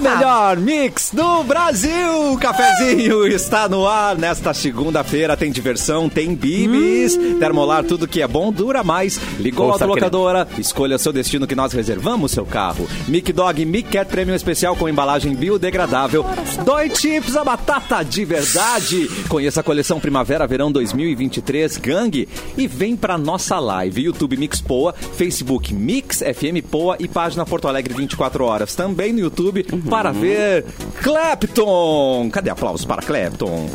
melhor mix do Brasil. O cafezinho está no ar nesta segunda-feira. Tem diversão, tem bibis, termolar, tudo que é bom dura mais. Ligou a Ouça, locadora, escolha seu destino que nós reservamos seu carro. Mic Dog, Mic Cat Premium Especial com embalagem biodegradável. Dói chips, a batata de verdade. Conheça a coleção Primavera Verão 2023 Gangue e vem pra nossa live. YouTube Mix Poa, Facebook Mix FM Poa e página Porto Alegre 24 horas. Também no YouTube Uhum. para ver Clapton. Cadê aplausos para Clapton?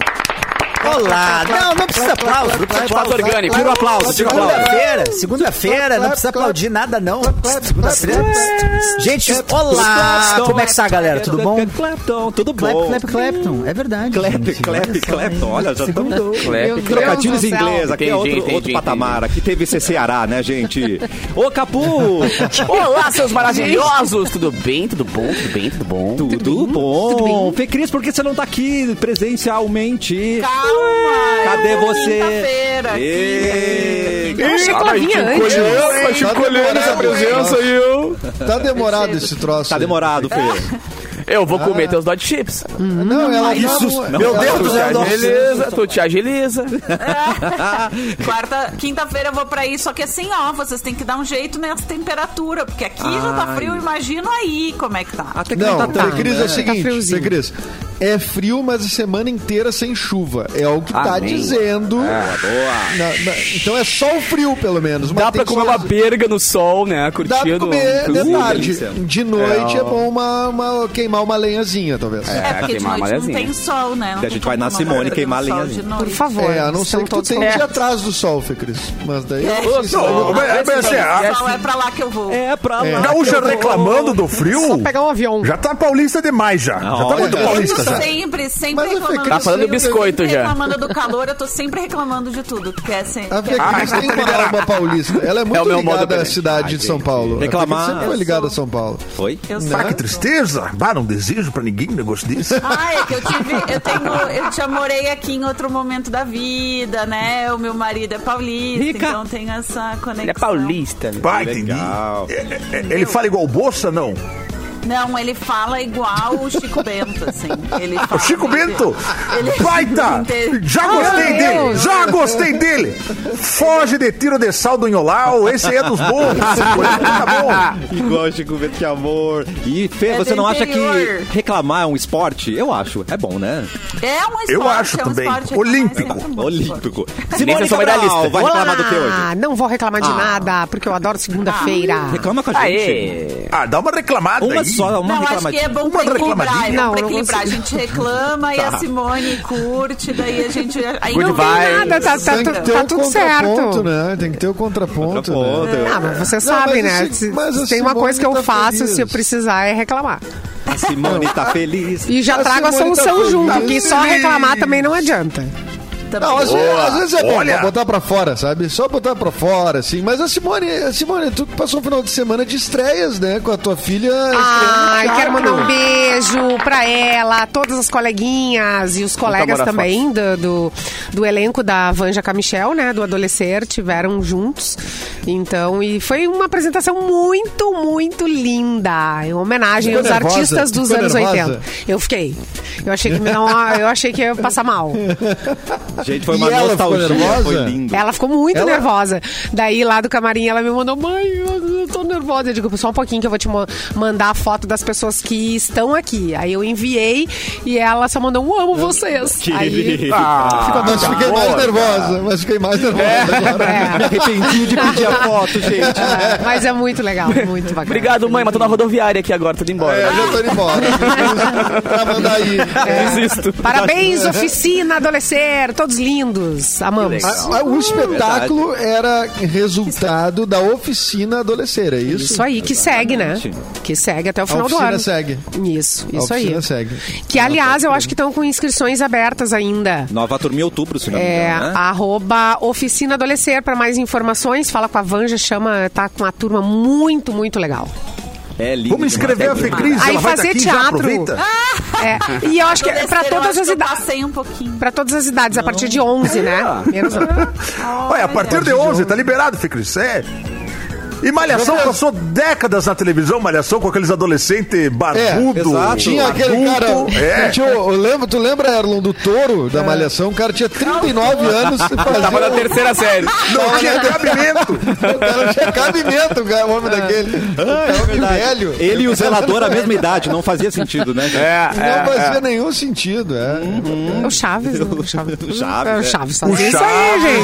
Olá! Não, não precisa aplauso, não precisa aplauso orgânico. Tira o aplauso, tira o aplauso. Segunda-feira, segunda-feira, não precisa aplaudir nada, não. Segunda-feira. Gente, olá! Como é que tá, galera? Tudo bom? Clapton, tudo Clap, bom. clap, Clapton. É verdade. Clap, gente. clap, Olha só, clap. hein? Olha, já estamos Clap, Meu clap. Trocadilhos em Deus do céu. inglês, aqui é Entendi, outro, entendi, outro entendi. patamar. Aqui teve CCará, né, gente? Ô, Capu! Olá, seus maravilhosos! Tudo bem? Tudo bom? Tudo bem? Tudo bom? Tudo bom? Fê Cris, por que você não tá aqui presencialmente? Calma! é Cadê você? Quinta-feira Ê, Eu achei que ela vinha antes. Tá demorado, e eu. Tá demorado esse troço. Tá aí. demorado, Fê. Eu vou comer teus dot chips. Não, ela tá. Meu Deus Tu do te céu, nossa. agiliza, tu te agiliza. Quarta, quinta-feira eu vou pra aí, só que assim, ó, vocês têm que dar um jeito nessa temperatura, porque aqui já tá frio, imagina aí como é que tá. Até que não, tá Não, tanto. Fê Cris, é o Tá seguinte, friozinho. Fê Cris, é frio, mas a semana inteira sem chuva. É o que tá Amém. dizendo. Boa. Na- na- então é só o frio, pelo menos. mas Dá tem pra que comer ser- assim. uma berga no sol, né? Dá pra Curtindo. comer de inclusive. tarde. delícia. De noite é, bom uma, uma- queimar uma lenhazinha, talvez. É, porque de queimar uma noite não tem lenhazinha. sol, né? Não Daí a tem gente vai como na tomar Simone banho queimar no sol lenhazinha. de Por noite. favor. É, a não ser um estão que tu todos tenha que ir contra- atrás do sol, Fê Cris. Mas daí... né? É. eu sei se- Não, mas- mas assim, a Não é pra lá que eu vou. É pra lá. gaúcha reclamando do Só frio, é pegar um avião. já tá paulista demais já. Já tá olha, muito paulista já. Sempre, sempre Mas eu reclamando. fiquei- É Tá falando do frio, biscoito sempre já. reclamando do calor, eu tô sempre reclamando de tudo, porque é sem- A que é- Fê Cris tem uma alma paulista. Ela é muito o meu modo ligada à presente. cidade de São Paulo. A Fê Cris Reclamar- sempre foi ligada a São Paulo. Foi? eu sou- Ah, que tristeza. Bah, não desejo pra ninguém um negócio desse. Ah, é que eu tive. Eu, tenho, eu te amorei aqui em outro momento da vida, né? O meu marido é paulista, Rica. então tem essa conexão. Ele é paulista. né? Bah, entendi. Legal. É, é, é, ele fala igual bolsa, não? Não, ele fala igual o Chico Bento, assim. Ele É O fala- Chico ele- Bento! ele- é Baita! Ele- Já gostei dele! Já gostei dele! Foge de tiro de sal do Inholau, esse aí é dos bons! Tá bom! Igual Chico Vento, que amor. E, Fê, É você do não acha que interior. reclamar é um esporte? Eu acho. É bom, né? É um esporte, Eu acho é um também. esporte, é Olímpico. um esporte. Olímpico. Nem Simone sessão Cabral medalhista. vai reclamar do que hoje? Ah. Ah, não vou reclamar de nada, porque eu adoro segunda-feira. Reclama com a gente. Aê! Ah, dá uma reclamada Uma aí. só, uma Não, acho que reclamadinha. é bom Uma pra equilibrar, é bom reclamadinha. Tá. Não, pra não equilibrar. A consigo. gente reclama e a Simone curte, daí a gente... Aí Good não tem vibes. Nada, tá, tá Tem que tu- ter tá o tudo contraponto, certo. Né? Tem que ter o contraponto. Contraponto, né? Ah, mas vocês Não, sabem, mas né? o Se- Sim- mas o se tem uma Simone coisa que eu tá faço feliz. se eu precisar é reclamar. A Simone tá feliz. E já A trago a Simone tá solução feliz. junto, que só reclamar também não adianta. também. Não, às, vezes, às vezes é bom Olha. pra botar pra fora, sabe? Só botar pra fora, assim. Mas a Simone, a Simone, tu passou um final de semana de estreias, né? Com a tua filha. Ai, estreando quero Ah, teatro. mandar um beijo pra ela, todas as coleguinhas e os colegas Tamara também do, do, do elenco da Vanja Camichel, né? Do Adolescer, tiveram juntos. Então, e foi uma apresentação muito, muito linda. Em homenagem Ficou aos nervosa? artistas dos Ficou anos nervosa? 80. Eu fiquei. Eu achei que me não, eu achei que eu ia passar mal. Gente, foi E uma ela ficou nostalgia. nervosa? Foi lindo. Ela ficou muito Ela- nervosa. Daí lá do camarim ela me mandou, mãe, eu eu tô nervosa. Eu digo, só um pouquinho que eu vou te ma- mandar a foto das pessoas que estão aqui. Aí eu enviei e ela só mandou, eu amo vocês. Aí, Ah, Mas fiquei mais nervosa, mas fiquei mais nervosa agora. Me é, arrependi de pedir a foto, gente. é, mas é muito legal, muito bacana. Obrigado, mãe, mas tô na rodoviária aqui agora, tô indo embora. É, já tô indo embora. pra mandar aí. Desisto. Parabéns, oficina, adolescer, todos lindos. Amamos. Que A- a- Ah, é o espetáculo era resultado da oficina adolescer, é isso? Isso aí, que segue, né? Que segue até o final do oficina ano. segue. Isso, isso a oficina aí. segue. Que, aliás, eu acho que estão com inscrições abertas ainda. Nova turma em outubro, se não me É, engano, né? arroba Oficina Adolescer para mais informações. Fala com a Vanja, chama, tá com uma turma muito, muito legal. É lindo. Vamos inscrever a demais. Fecris, Aí ela vai fazer daqui já teatro. aproveita. É, e eu acho que é para Adolescer, eu todas acho as que eu idades. Passei um pouquinho. Para todas as idades, a partir de 11, né? Menos um. Olha, a partir de 11, tá liberado, Fecris. É. E Malhação passou décadas na televisão, Malhação, com aqueles adolescentes barbudo. exato. Tinha aquele adulto, cara. É. Tinha, o- eu lembro, tu lembra, Erlon, do touro da malhação? O cara tinha 39 anos e fazia. Tava na um- terceira série. Não tinha cabimento. O cara não tinha cabimento, o cara- o homem daquele. O homem velho. Ele e o zelador né? a mesma idade, não fazia sentido, né? É, Não é, fazia nenhum sentido, é. É o Chaves, né? O Chaves. Chaves, é é. o Chaves. O fazia isso aí,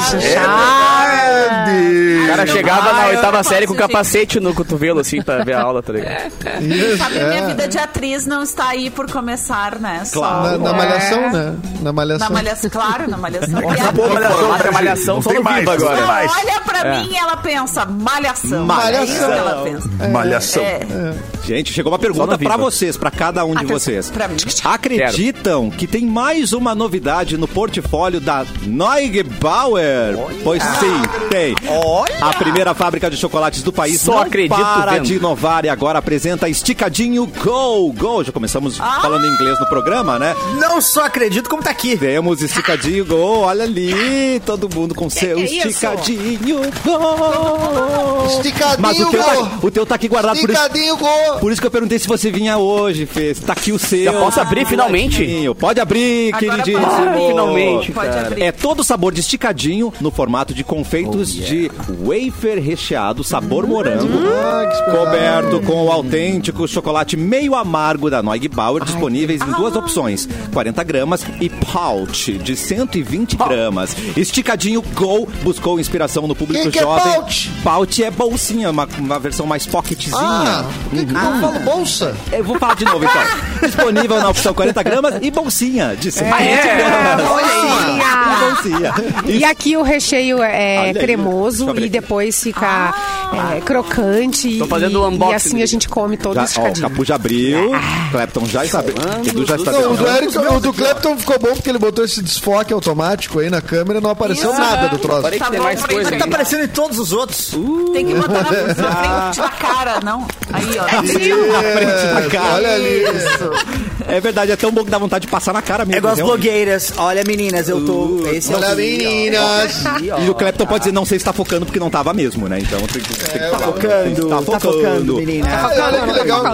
Chaves, gente. é Chaves. verdade. O cara chegava Ah, na eu oitava não série com faço, gente. capacete no cotovelo, assim, pra ver a aula, tá ligado? Isso, Sabe, é. minha vida de atriz não está aí por começar, né? Só Na, na malhação, né? Na malhação. na malhação, claro, na malhação. E a- Pô, malhação, Não, outra não malhação, só tem no mais, vivo não tem agora. Ela mais. olha pra É. mim e ela pensa, malhação. É isso que ela pensa. Malhação. É. Gente, chegou uma pergunta na Viva. pra vocês, pra cada um de Atenção, vocês. pra mim. Acreditam que tem mais uma novidade no portfólio da Neugbauer? Pois sim, tem. A primeira fábrica de chocolates do país Só não acredito para vendo. de inovar e agora apresenta Esticadinho Go! Go! Já começamos falando em inglês no programa, né? Não só acredito como tá aqui. Temos Esticadinho Go! Olha ali, todo mundo com seu que é isso? Esticadinho Go! Esticadinho, Mas o teu, tá, Go! o teu tá aqui guardado por isso. Esticadinho, gol. Por isso que eu perguntei se você vinha hoje, Fê. Tá aqui o seu. Já posso abrir finalmente? Esticadinho. Pode abrir, Agora queridíssimo. pode abrir. Finalmente, Pode cara. abrir. É todo o sabor de esticadinho no formato de Oh, confeitos de wafer recheado, sabor morango, Ah, que espetáculo. coberto com o autêntico chocolate meio amargo da Noig Bauer, disponíveis em duas opções: 40 gramas e pouch de 120 gramas. Esticadinho Go buscou inspiração no público Que que é jovem. pouch? Pouch é bolsinha, uma, uma versão mais pocketzinha. Ah, por que, que eu não falo bolsa? Eu vou falar de novo, então. Disponível na opção 40 gramas e bolsinha de 120 gramas. Olha aí. Bolsinha. E aqui o recheio é Olha aí, deixa eu cremoso abrir e aqui. depois fica é, crocante. Ah. Tô fazendo e, um unboxing E assim a dele. gente come todo Já, ó, o esticadinho. Capu já abriu. Clepton já está Edu já está Não, é. o do, abrindo. Eric, o do Clapton ficou bom porque ele botou esse desfoque automático aí na câmera e não apareceu Isso. nada do troço. Parei que Tá tem bom, mais Fred, coisa tá aí. Tá aparecendo em todos os outros. Tem que botar na, na frente da cara, não. Aí, Ah, ó. frente da cara. É, Olha ali. É verdade, é tão bom que dá vontade de passar na cara mesmo. É igual as realmente. blogueiras. Olha, meninas, eu tô. Esse é o Olha, meninas. E o Clepton pode dizer, não sei se tá focando, porque não tava mesmo, né? Então tem que estar focando. Tá Tá focando, tá focando. menina. Ah, olha que legal.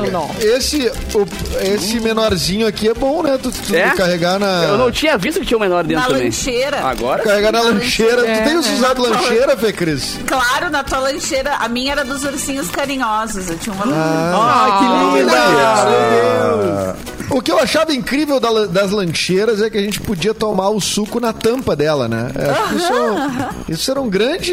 Esse, o- esse menorzinho aqui é bom, né? Tu, tu É? carregar na. Eu não tinha visto que tinha um menor dentro Na também. lancheira. Agora? Carregar na lancheira. tu tem usado lancheira, Fê Cris? Claro, na tua lancheira. A minha era dos ursinhos carinhosos. Eu tinha uma um lancheira. Ah, que O que eu achava incrível da lan- das lancheiras é que a gente podia tomar o suco na tampa dela, né? Eu acho que Isso, isso era um grande,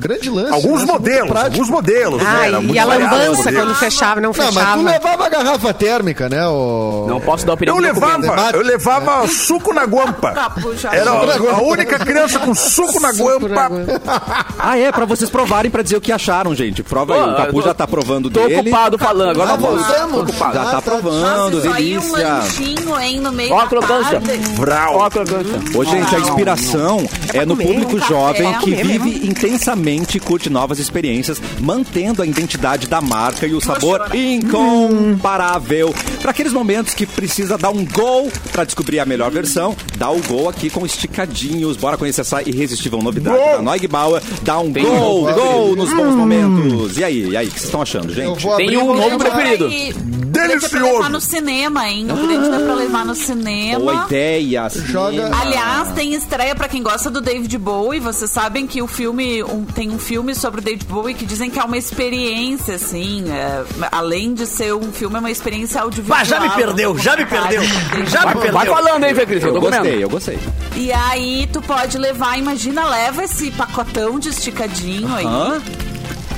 grande lance. Alguns né? Isso é muito modelos, prático. alguns modelos. né? Ai, Era muito e a variado os lambança modelos. quando fechava, não Não, mas fechava. tu levava a garrafa térmica, né? O... Não posso dar opinião. Eu porque tô comendo. levava, eu levava suco na guampa. Capu Ah. já. Era Suco na guampa. a única criança com suco na guampa. Ah, é, pra vocês provarem, pra dizer o que acharam, gente. Prova aí. Pô, O Capu eu tô- já tá provando Tô dele. ocupado falando, agora Ah, não vou. voltamos? Já Ah, tá provando, Nossa, isso aí um delícia. lanchinho, hein, no meio Ó a da crocância. tarde. Ó a crocância. Ô, gente, a inspiração é, no comer, público um café, jovem pra que comer vive intensamente e curte novas experiências, mantendo a identidade da marca e o sabor chorar. incomparável. Para aqueles momentos que precisa dar um gol para descobrir a melhor versão, dá o gol aqui com esticadinhos. Bora conhecer essa irresistível novidade da Neugbauer. Dá um gol, né? novo. gol nos bons momentos. E aí, e aí, o que vocês estão achando, Hum. Eu gente? vou Tem abrir um porque- novo preferido. E- Delicioso. Dá pra levar no cinema, hein? O cliente dá pra levar no cinema. Boa ideia. sim. Joga- Aliás, tem estreia pra quem gosta do David Bowie. Vocês sabem que o filme um- tem um filme sobre o David Bowie que dizem que é uma experiência, assim, é, além de ser um filme, é uma experiência audiovisual. Bah, já me perdeu, já me perdeu, já me Vai, vai perdeu. falando aí, Fê Cris, eu Eu tô comendo. gostei, eu gostei. E aí tu pode levar, imagina, leva esse pacotão de esticadinho Hã? aí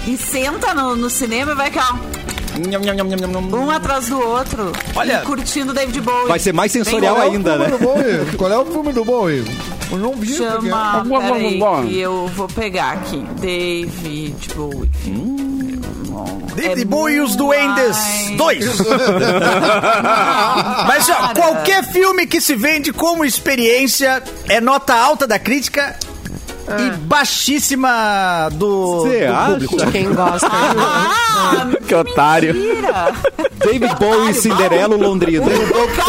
e senta no, no cinema e vai que ó, Nham, nham, nham, nham, nham. um atrás do outro, Olha, e curtindo David Bowie. Vai ser mais sensorial Qual é o ainda, filme né? do Bowie? Qual é o filme do Bowie? Eu não vi. porque- Chama. porque- Peraí, Bom. que eu vou pegar aqui. David Bowie. David É Bowie e os muito Duendes mais- 2. Mas ó, Cara. qualquer filme que se vende como experiência é nota alta da crítica É. e baixíssima do, Você do acha? é público. Quem gosta. Ah, Que otário. mentira! David Bowie, Cinderelo, Londrina. Tem um pouco,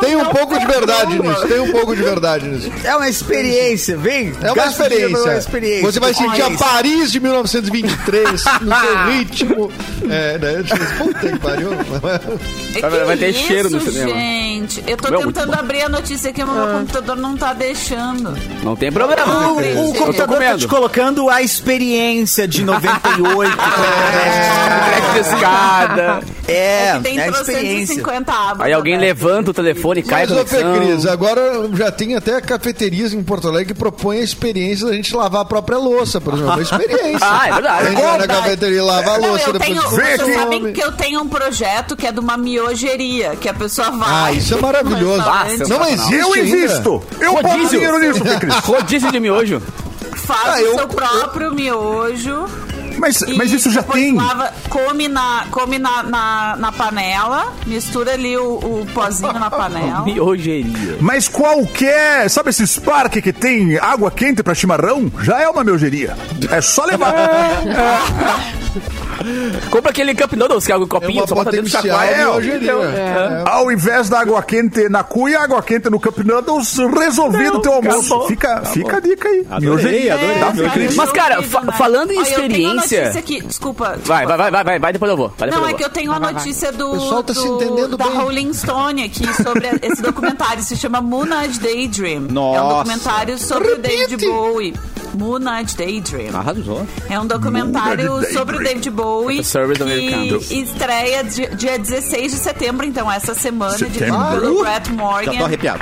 tem um pouco de verdade nisso. Tem um pouco de verdade nisso. É uma experiência, vem. É uma gasta dinheiro, experiência. É uma experiência. Você vai sentir a Olha Paris de 1923 no seu ritmo. É, né? Tipo, Puta que pariu. É Vai- que vai ter isso, cheiro no cinema. Gente, eu tô Meu, muito tentando abrir a notícia aqui, mas meu computador não tá deixando. Não tem problema. O- Eu O tô computador tá te comendo. colocando a experiência de 98. É. Moleque de escada. é, é, É que tem é a experiência. 350 abas. Aí alguém abertas. levanta o telefone, cai a Mas, ô, Fê conexão. Cris, é- agora já tem até cafeterias em Porto Alegre que propõem a experiência da gente lavar a própria louça, por exemplo. É uma experiência. Ah, é A verdade. gente vai na cafeteria e lava a Não, louça. eu depois tenho, vê vocês que sabem homem. que eu tenho um projeto que é de uma miogeria, que a pessoa vai. Ah, isso é maravilhoso. no restaurante, Não existe Eu ainda. invisto! Eu boto Rodízio. dinheiro nisso, Fê Cris. Rodízio de miojo. Faz Ah, eu- o seu próprio miojo. Mas, e mas isso já depois tem. lava- come na, come na, na, na panela, mistura ali o, o pozinho na panela. Miojeria. Mas qualquer. Sabe esse Spark que tem água quente pra chimarrão? Já é uma meugeria. É só levar. Compra aquele Cup Noodles, que é o É copinho, uma só bota dentro do potencial chacoalho. chacoalho. miogeria. Então, É. Ao invés da água quente na cuia, água quente no Cup Noodles, resolvido o teu almoço. acabou. fica fica a dica aí. Adorei, adorei. Tá, Fê Adorei. Cris? Mas, cara, fa- falando em né? Olha, eu tenho uma experiência- notícia aqui- Desculpa. Vai, desculpa. vai, vai, vai, vai, vai, depois eu vou. Vai, depois Não, é eu que eu tenho a notícia do, O pessoal tá se do- entendendo da bem. Rolling Stone aqui sobre a- esse documentário. Se chama Moon Night Daydream. É um Nossa. documentário sobre o David Repite. Bowie. Moon Night Daydream. Arrasou. É um documentário Daydream. sobre o David Bowie The Service Americano. que estreia di- dia 16 de setembro, então essa semana, dirigido Setembro. pelo Brett Já tô Morgan. arrepiado.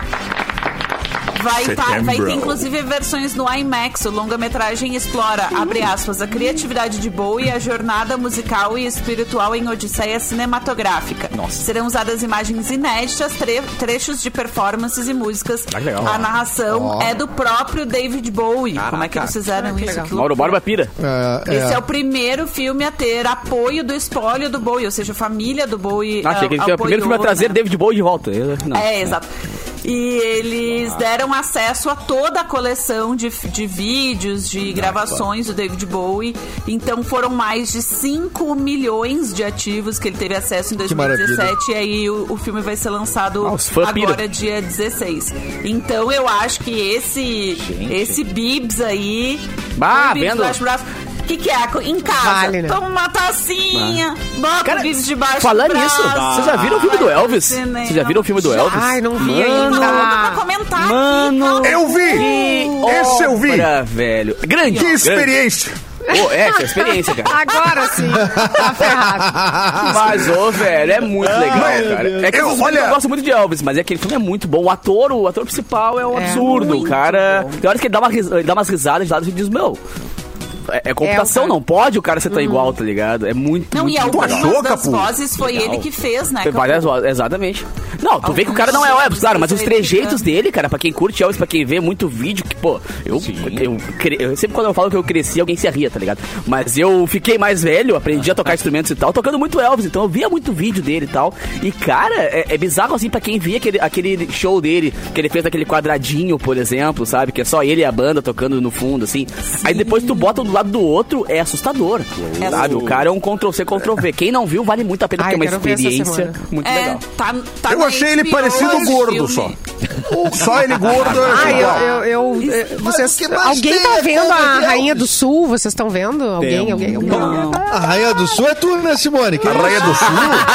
Vai, tá, vai ter Setembro. inclusive versões no IMAX. O longa-metragem explora, abre aspas, a criatividade de Bowie, a jornada musical e espiritual em Odisseia cinematográfica. Nossa. Serão usadas imagens inéditas, tre- trechos de performances e músicas. Ah, que legal. A narração é do próprio David Bowie. Como é que eles fizeram isso? Que legal. vou. Mauro loucura. Borba pira. É, Esse é. é. o primeiro filme a ter apoio do espólio do Bowie, ou seja, a família do Bowie. Ah, achei que ele ah, tinha o primeiro filme a apoiou, trazer né? David Bowie de volta. Eu- não. É, exato. E eles deram acesso a toda a coleção de, de vídeos, de gravações do David Bowie. Então foram mais de 5 milhões de ativos que ele teve acesso em maravilha. 2017. E aí o, o filme vai ser lançado Ah, os fãs agora, pira. dia 16. Então eu acho que esse, esse Bibs aí. Bah, o Bibs vendo? debaixo do braço, O que, que é? Em casa. Vale, né? Toma uma tacinha. Bota Cara, o Bibs debaixo falando do braço. nisso, vocês já viram o filme do vai no Elvis? cinema. Vocês já viram o filme do Já. Elvis? Ai, não vi Não, dá pra ainda. comentar Mano, É aqui, calma. Eu vi! Esse eu vi! Olha, velho. Grande. Que grande. experiência! Ô, é, que experiência, cara. Agora sim, tá ferrado. Ah, Mas, ô, velho, é muito legal, cara. É que Eu- eu, olha- eu gosto muito de Elvis, mas é que aquele filme é muito bom. O ator, o ator principal é um absurdo, o cara. Tem horas que ele dá, uma ris- ele dá umas risadas de lado e diz, meu. É, é computação, É, o cara- não pode o cara ser tão igual, tá ligado? É muito. Uhum. Não, e muito algumas achou, das Capu? vozes foi Legal. ele que fez, né? Tem várias vozes, exatamente. Não, tu vê que o cara não é Alguns Elvis, claro, mas os jeitos ele trejeitos canta. dele, cara, pra quem curte Elvis, pra quem vê muito vídeo, que, pô, eu, eu, cre- eu- Sempre quando eu falo que eu cresci, alguém se ria, tá ligado? Mas eu fiquei mais velho, aprendi a tocar instrumentos e tal, tocando muito Elvis, então eu via muito vídeo dele e tal. E, cara, é, é bizarro assim pra quem via aquele, aquele show dele, que ele fez daquele quadradinho, por exemplo, sabe? Que é só ele e a banda tocando no fundo, assim. Aí depois tu bota um do lado do outro, é assustador. Sabe? O cara é um Ctrl-C, Ctrl-V. Quem não viu, vale muito a pena, Ai, porque é uma quero ver essa experiência semana. muito É, legal. tá- tá Eu na achei ele HBO parecido esse gordo filme. só. Só ele gordo. é Ai, eu, igual. eu, eu- eh, vocês, o Tipo, que mais alguém tem tá é vendo Deus, a Deus. Rainha do Sul? Vocês estão vendo? Alguém, alguém, alguém? Não. A Rainha do Sul é tu, né, Simone? Que A Rainha do Sul?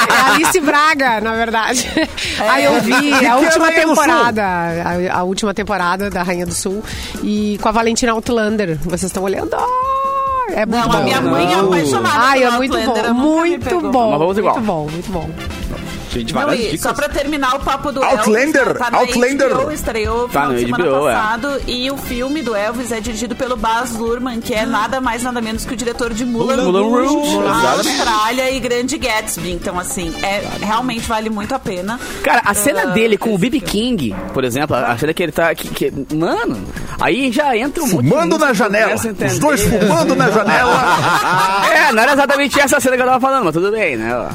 É a Alice Braga, na verdade. É. Aí eu vi a que é última Rainha do Sul? temporada, a, a última temporada da Rainha do Sul e com a Valentina Outlander. Vocês estão olhando? Ah, é muito Não, bom. a minha mãe é apaixonada. Ai, pelo é muito Outlander, ela bom, nunca me muito pegou. bom, Mas vamos igual. muito bom, muito bom. Gente, Não, várias e dicas. só pra terminar o papo do Outlander, Elvis, tá na Outlander. HBO, estreou Tá final na de semana HBO, é. passado e o filme do Elvis é dirigido pelo Baz Luhrmann, que é nada mais nada menos que o diretor de Mulan, Moulin Rouge, a exatamente. Austrália e Grande Gatsby. Então, assim, é, realmente vale muito a pena. Cara, a cena Ah, dele com o B.B. King, por exemplo, a a cena que ele tá. Que, que- mano, aí já entra um monte de Fumando música na que janela. começa a entender. Os dois fumando na janela. É, não era exatamente essa cena que eu tava falando, mas tudo bem, né? ó.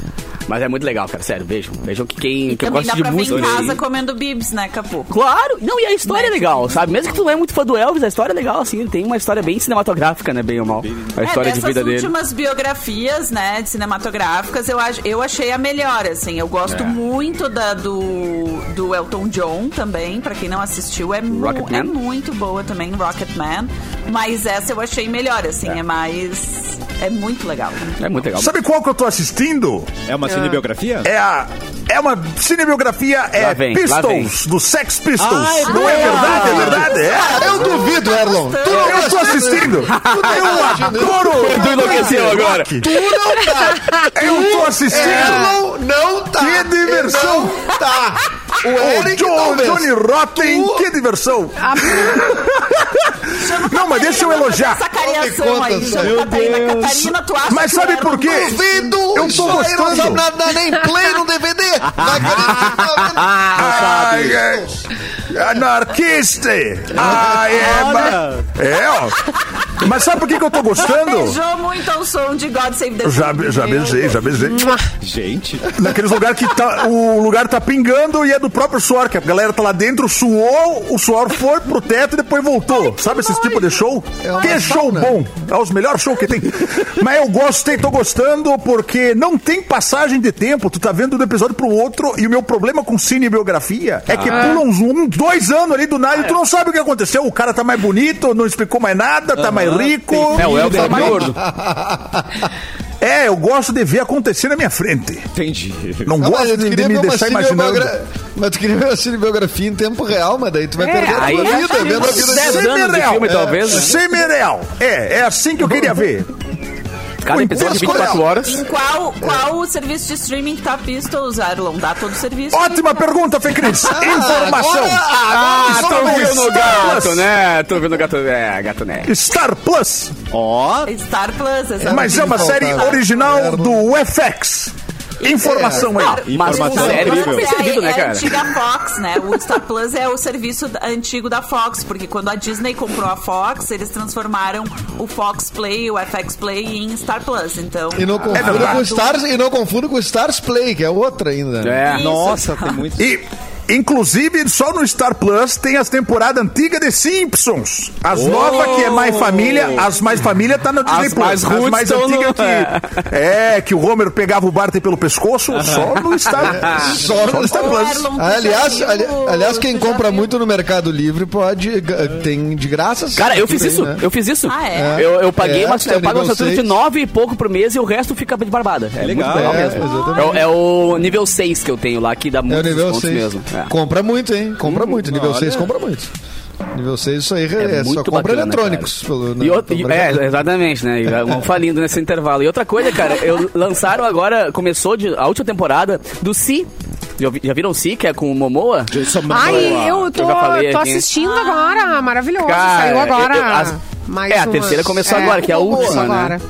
Mas é muito legal, cara. Sério, vejam. Vejam que quem que eu Também gosto dá de pra vir em música. casa comendo bibs, né, Capu? Claro, não, e a história é legal, sabe? Mesmo que tu não é muito fã do Elvis, a história é legal, assim, ele tem uma história bem cinematográfica, né? Bem ou mal. A história é, de dessas vida dele. últimas biografias, né, de cinematográficas, eu, ach- eu achei a melhor, assim. Eu É. gosto muito da do, do Elton John também, pra quem não assistiu, é, mu- Rocketman? é muito boa também, Rocketman. Mas essa eu achei melhor, assim, é, mais... É muito legal. É muito legal. Sabe qual que eu tô assistindo? É Ah. uma cinebiografia? É a. É uma cinebiografia, é Lá vem, lá Pistols, do Sex Pistols. Ah, é não é verdade, é verdade? É. Eu duvido, Erlon. Tu não Eu tô assistindo. Eu adoro. Tu enlouqueceu agora. Tu não tá. Eu tô assistindo. Erlon não tá. Que diversão. Não tá. O O Eric John, Douglas. Johnny Rotten, Tu- que diversão. Não, mas deixa eu elogiar. Essa cariação conta, aí, chama meu Catarina. Deus. Catarina, tu tá acha Mas que um sabe ela por quê? Duvido. Eu tô isso aí Não gostando. sabe nada nem play no DVD. Vai Ai, é. Anarquista! Ai, é. Olha. ba- É, ó. Mas sabe por que, que eu tô gostando? Beijou muito ao som de God Save the Já, Queen, já meu beijei, já beijei. É. Gente. Naqueles lugares que tá, o lugar tá pingando e é do próprio suor, que a galera tá lá dentro, suou, o suor foi pro teto e depois voltou. Sabe esse tipo de show? É uma que show sauna. bom! É os melhores shows que tem. Mas eu gostei, tô gostando, porque não tem passagem de tempo, tu tá vendo do episódio pro outro, e o meu problema com cinebiografia é que pula uns um, dois anos ali do nada e tu não sabe o que aconteceu. O cara tá mais bonito, não explicou mais nada, tá mais rico. tá É, o Elvis é mais gordo. É, eu gosto de ver acontecer na minha frente. Entendi. Não, Não, mas gosto eu de, queria de me ver uma deixar imaginando. cinebiogra- Mas tu queria ver uma cinebiografia em tempo real, mas daí tu vai É, perder aí- a tua vida, vendo a vida assim. Dez de anos de filme, talvez, né? Semireal. É, é assim que eu queria ver. Cada episódio é de 24 horas. Em qual, qual o serviço de streaming que tá Pistols, Arlon? Dá todo o serviço. Ótima pergunta, Fecris. Ah, Informação. Ah, Star, Plus. né? Tô vendo o gato, é, gato né. Star Plus. Ó, Star Plus, Tá exatamente. Mas é uma faltava. série original do FX. Informação É. aí. Mas Informação o então, sério, incrível. tá bem servido, né, é a cara? antiga Fox, né? O Star Plus é o serviço da- antigo da Fox, porque quando a Disney comprou a Fox, eles transformaram o Fox Play, o FX Play em Star Plus. Então, E não confundo É verdade. com Stars e não confundo com Stars Play, que é outra ainda. né? É. nossa, tem muito. E, inclusive, só no Star Plus tem as temporadas antigas de Simpsons. Oh! As novas, que é Mais Família, as Mais Família tá no Disney Plus. mais roots as mais estão no- antigas que... É, que o Homer pegava o Barney pelo pescoço, só no Star, só no Star Ô, Plus. Erlon, tu já Aliás, viu- ali- aliás, quem tu já compra viu- muito no Mercado Livre pode. g- Tem de graça. sim, Cara, eu fiz tem, isso, né? eu fiz isso. Ah, é? Eu, eu paguei É, uma, eu sério, pago uma igual assinatura de vocês. 9 e pouco por mês e o resto fica de barbada. É Legal. muito legal É, mesmo. exatamente. É, o- é o nível 6 que eu tenho lá, que dá É o muitos nível descontos 6. mesmo. É. Compra muito, hein? Hum, Compra muito. Nível olha. 6 compra muito. Nível 6, isso aí É é, só muito compra bacana, eletrônicos. né? cara. Pelo, E no- outra- pelo e- mercado. é, exatamente, né? E Vão falindo nesse intervalo. E outra coisa, cara, eu lançaram agora, começou de- a última temporada do Si. Já, vi- já viram o Si, que é com o Momoa? Ai, eu que tô, eu já falei tô aqui. assistindo Ah. agora. Maravilhoso. Cara, Saiu agora. eu- eu- as- mais é, a uma. terceira começou agora, que é a começou última, né? agora.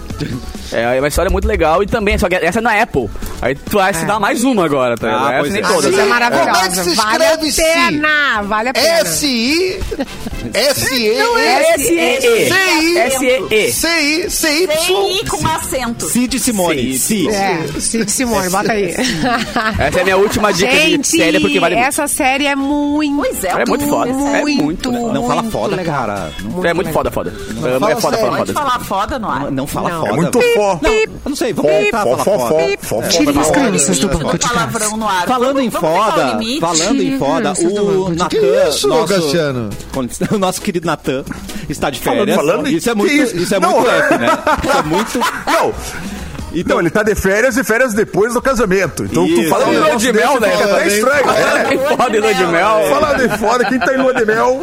É uma história muito legal e também, só que essa é na Apple. Aí tu vai se dar mais uma agora, tá? Ah, ligado? pois essa nem é. todas. Isso Sim. é maravilhosa. Como é que se vale a escreve se? pena, vale a É, pena. SI. SE. S-E-E. CI. CY. CI com acento. Cid Simone. Sim. Cid. É, Cid Simone, bota aí. Essa é a minha última dica de Gente, série, porque vale muito. essa série é muito, Pois é, É muito foda. É muito muito, legal. Não fala muito foda, legal. cara. Não, É muito foda, foda. É fala foda, sério. foda, Pode foda. falar foda no ar. Não fala Não. foda. É muito fó. Não, tá, eu não sei, vamos voltar a falar Fó, fó, foda. fó, fó, Tire fó. as crianças do banco de casa. palavrão no ar. Falando Vamos- em vamos colocar o foda, limite? falando em foda, Vocês estão o malucos. Natan, Que isso, nosso, Cassiano? o nosso querido Natan, está de férias. falando em- isso é muito, que isso? isso é Não. muito F, né? Isso é muito... Não. Então, não, ele tá de férias e férias depois do casamento. Então tu Isso. É. fala um Lua negócio de mel, desse, né? fica até estranho. É. É foda e lua de mel. Fala de foda, quem tá em lua de mel.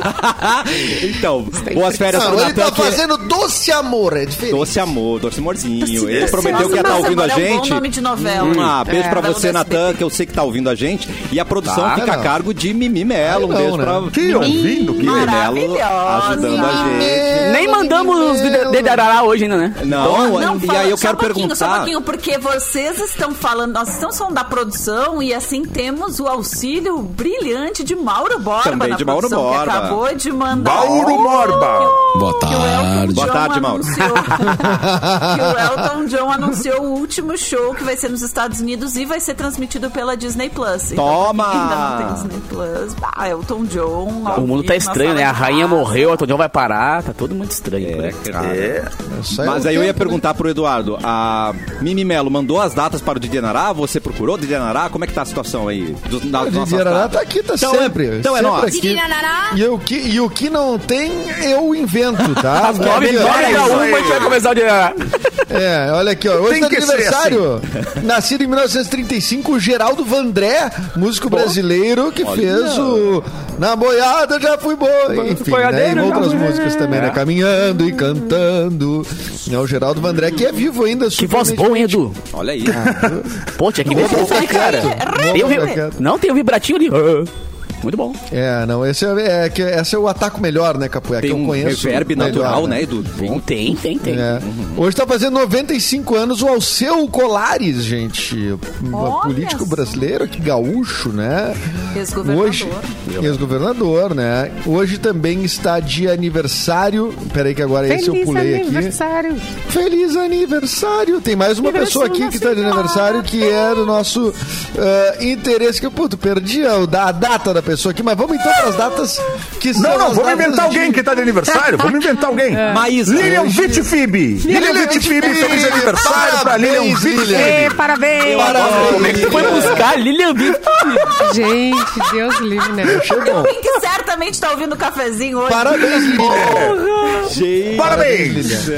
então, boas férias Não, pro ele tá Natan. que- é- fazendo doce amor, é diferente. Doce amor, doce amorzinho. Ele Doce prometeu amor. que ia estar Nossa, ouvindo a agora é um bom gente. nome de novela. Hum, Ah, beijo É. pra Novela do você, SBT. Natan, que eu sei que tá ouvindo a gente. E a produção Tá, fica a não. cargo de Mimi Melo. Um Ai, beijo não, pra né? Que ouvindo, que Mimi Melo Maravilhosa. ajudando a Mimi gente. Nem mandamos os dedará hoje ainda, né? Não, Não, e fala- aí eu só quero um pouquinho, só um lá. pouquinho, porque vocês estão falando, nós estamos falando da produção e assim temos o auxílio brilhante de Mauro Borba. Também na de Mauro produção, Borba. Que acabou de mandar. Mauro Borba. Boa Que o Elton tarde. Boa John tarde, Mauro. anunciou- que o Elton John anunciou o último show que vai ser nos Estados Unidos e vai ser transmitido pela Disney Plus. Então, Toma! pra quem Ainda não tem Disney Plus. Ah, Elton John. ao O mundo vivo, tá na estranho, né? sala A de rainha casa. morreu, a Tony vai parar, tá todo muito estranho. por É, aí. Ah. cara. Isso é Mas um aí eu ia tempo, né? perguntar pro Eduardo, a Mimi Melo mandou as datas para o Didi Nará, você procurou o Didi Nará, como é que tá a situação aí? Do, das O nossas Didi Arará datas? tá aqui, tá Então é- sempre. então é sempre nós. aqui. E, o que, e o que não tem, eu invento, tá? As Nove, nove pra uma, a gente vai começar o dia. É, olha aqui, ó. Hoje Tem tá que de ser aniversário. assim. Nascido em 1935, o Geraldo Vandré, músico brasileiro que fez o Na Boiada Já Fui Boi. Enfim, né? E outras músicas também, É. né? Caminhando e cantando. É o Geraldo Vandré, que é vivo ainda. Que voz boa, hein, Edu? Olha aí. Pô, tinha que ver Novo essa cara. plaquete. Tem o Novo vi- plaquete. Não, tem o vibratinho ali. Ah. Muito bom. É, não, esse é, é, que- esse é o ataco melhor, né, Capoeira? Tem que eu um conheço. reverb melhor, natural, né, Uhum. Edu? Bom, Tem, tem, tem. É. Hoje tá fazendo 95 anos o Alceu Colares, gente. Um Olha político só. brasileiro, que gaúcho, né? Ex-governador. Hoje, ex-governador, né? Hoje também está de aniversário. Peraí que agora esse eu Feliz pulei aqui. aniversário. Feliz aniversário! Tem mais uma pessoa Aniversário aqui que está de nacional. aniversário que é do nosso ah, interesse. Que, puto, perdi a, da- a data da pessoa aqui, mas vamos então para as datas que são. Não, não, as vamos datas inventar de- alguém que tá de aniversário. Vamos inventar alguém. Maísa, Lilian hoje- Vitfibe. Lilian Vitfibe, feliz aniversário pra Lilian Parabéns, Vitfibe. Lilian. Oh, Ê, parabéns. tá Como é que tu foi buscar Lilian Vitor? Gente, Deus livre, né? Chegou. Quem é que certamente tá ouvindo o cafezinho hoje. Parabéns, Lilian. gente. Parabéns.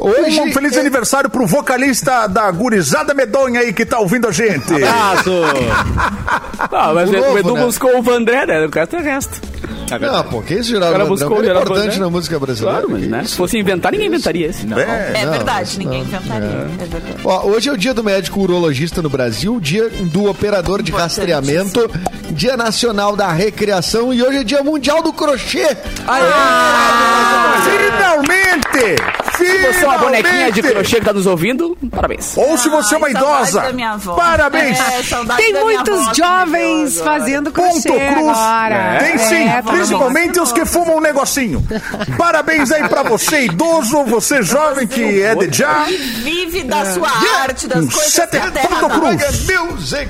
Hoje, é- Um feliz aniversário pro vocalista da gurizada medonha aí que tá ouvindo a gente. Abraço! Ah, mas De novo, o Edu né? buscou o Vandré, né? O cara tem resto. É Não, verdade. Ah, pô, que isso, Geraldo? cara Vandré? buscou Um cara o Geraldo importante Vandré. na música brasileira. Claro, mas, que né? isso. Se fosse inventar, ninguém inventaria esse. É. É Não, verdade, mas ninguém não, inventaria. É verdade. Ó, hoje é o dia do médico urologista no Brasil, dia do operador de Importante. rastreamento, dia nacional da recreação e hoje é dia mundial do crochê. Ah, Finalmente! Finalmente! Você é uma bonequinha de crochê que tá nos ouvindo? Parabéns. Ou se você é uma Ai, saudade idosa. da minha avó. Parabéns! É, saudade Tem da minha muitos avó, que me jovens deu agora. fazendo Ponto crochê Cruz. agora. Tem sim, É, vamos principalmente os que fumam um negocinho. Parabéns aí pra você, idoso, você jovem que é de já. E vive da sua arte, Hum, das coisas Sete que a terra ponto dá. cruz. Music.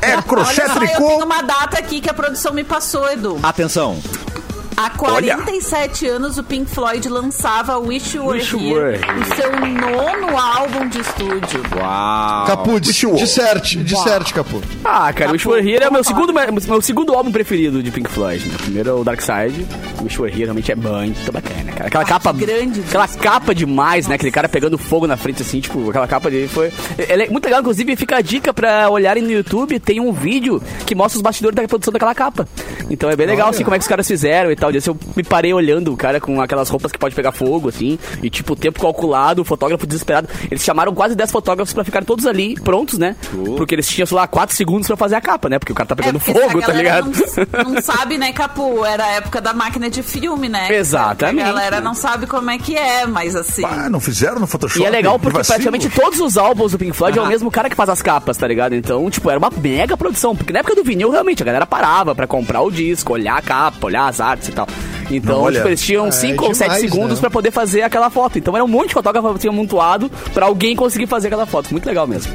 É crochê Olha só, eu tenho tricô. uma data aqui que a produção me passou, Edu. Atenção. Há 47 anos, o Pink Floyd lançava Wish You Were Here, o seu nono álbum de estúdio. Uau. Capu, Bicho. disserte, disserte, Capu. Ah, cara, o Wish We're Here é meu segundo, meu segundo álbum preferido de Pink Floyd. Né? Primeiro é o Dark Side. O Wish We're Here realmente é muito bacana, cara. Aquela capa. grande Aquela capa demais, né? Aquele cara pegando fogo na frente, assim, tipo, aquela capa dele foi. Ela é muito legal, inclusive, fica a dica pra olharem no YouTube. Tem um vídeo que mostra os bastidores da produção daquela capa. Então é bem legal, assim, como é que os caras fizeram e tal. Desse eu me parei olhando o cara com aquelas roupas que pode pegar fogo, assim, e tipo, o tempo calculado, o fotógrafo desesperado. Eles chamaram quase 10 fotógrafos pra ficar todos ali, prontos, né? Porque eles tinham, sei lá, 4 segundos pra fazer a capa, né? Porque o cara tá pegando É, porque fogo, essa tá galera ligado? Não, não sabe, né, Capu? Era a época da máquina de filme, né? Exatamente. A galera não sabe como é que é, mas assim. Ah, não fizeram no Photoshop. E é legal que porque vacilo. praticamente todos os álbuns do Pink Floyd é o mesmo cara que faz as capas, tá ligado? Então, tipo, era uma mega produção. Porque na época do vinil, realmente, a galera parava pra comprar o disco, olhar a capa, olhar as artes e tal. Então, Não, olha, é tipo, eles tinham 5 ou 7 demais, segundos né? pra poder fazer aquela foto. Então, era um monte de fotógrafo que tinha amontoado pra alguém conseguir fazer aquela foto. Muito legal mesmo.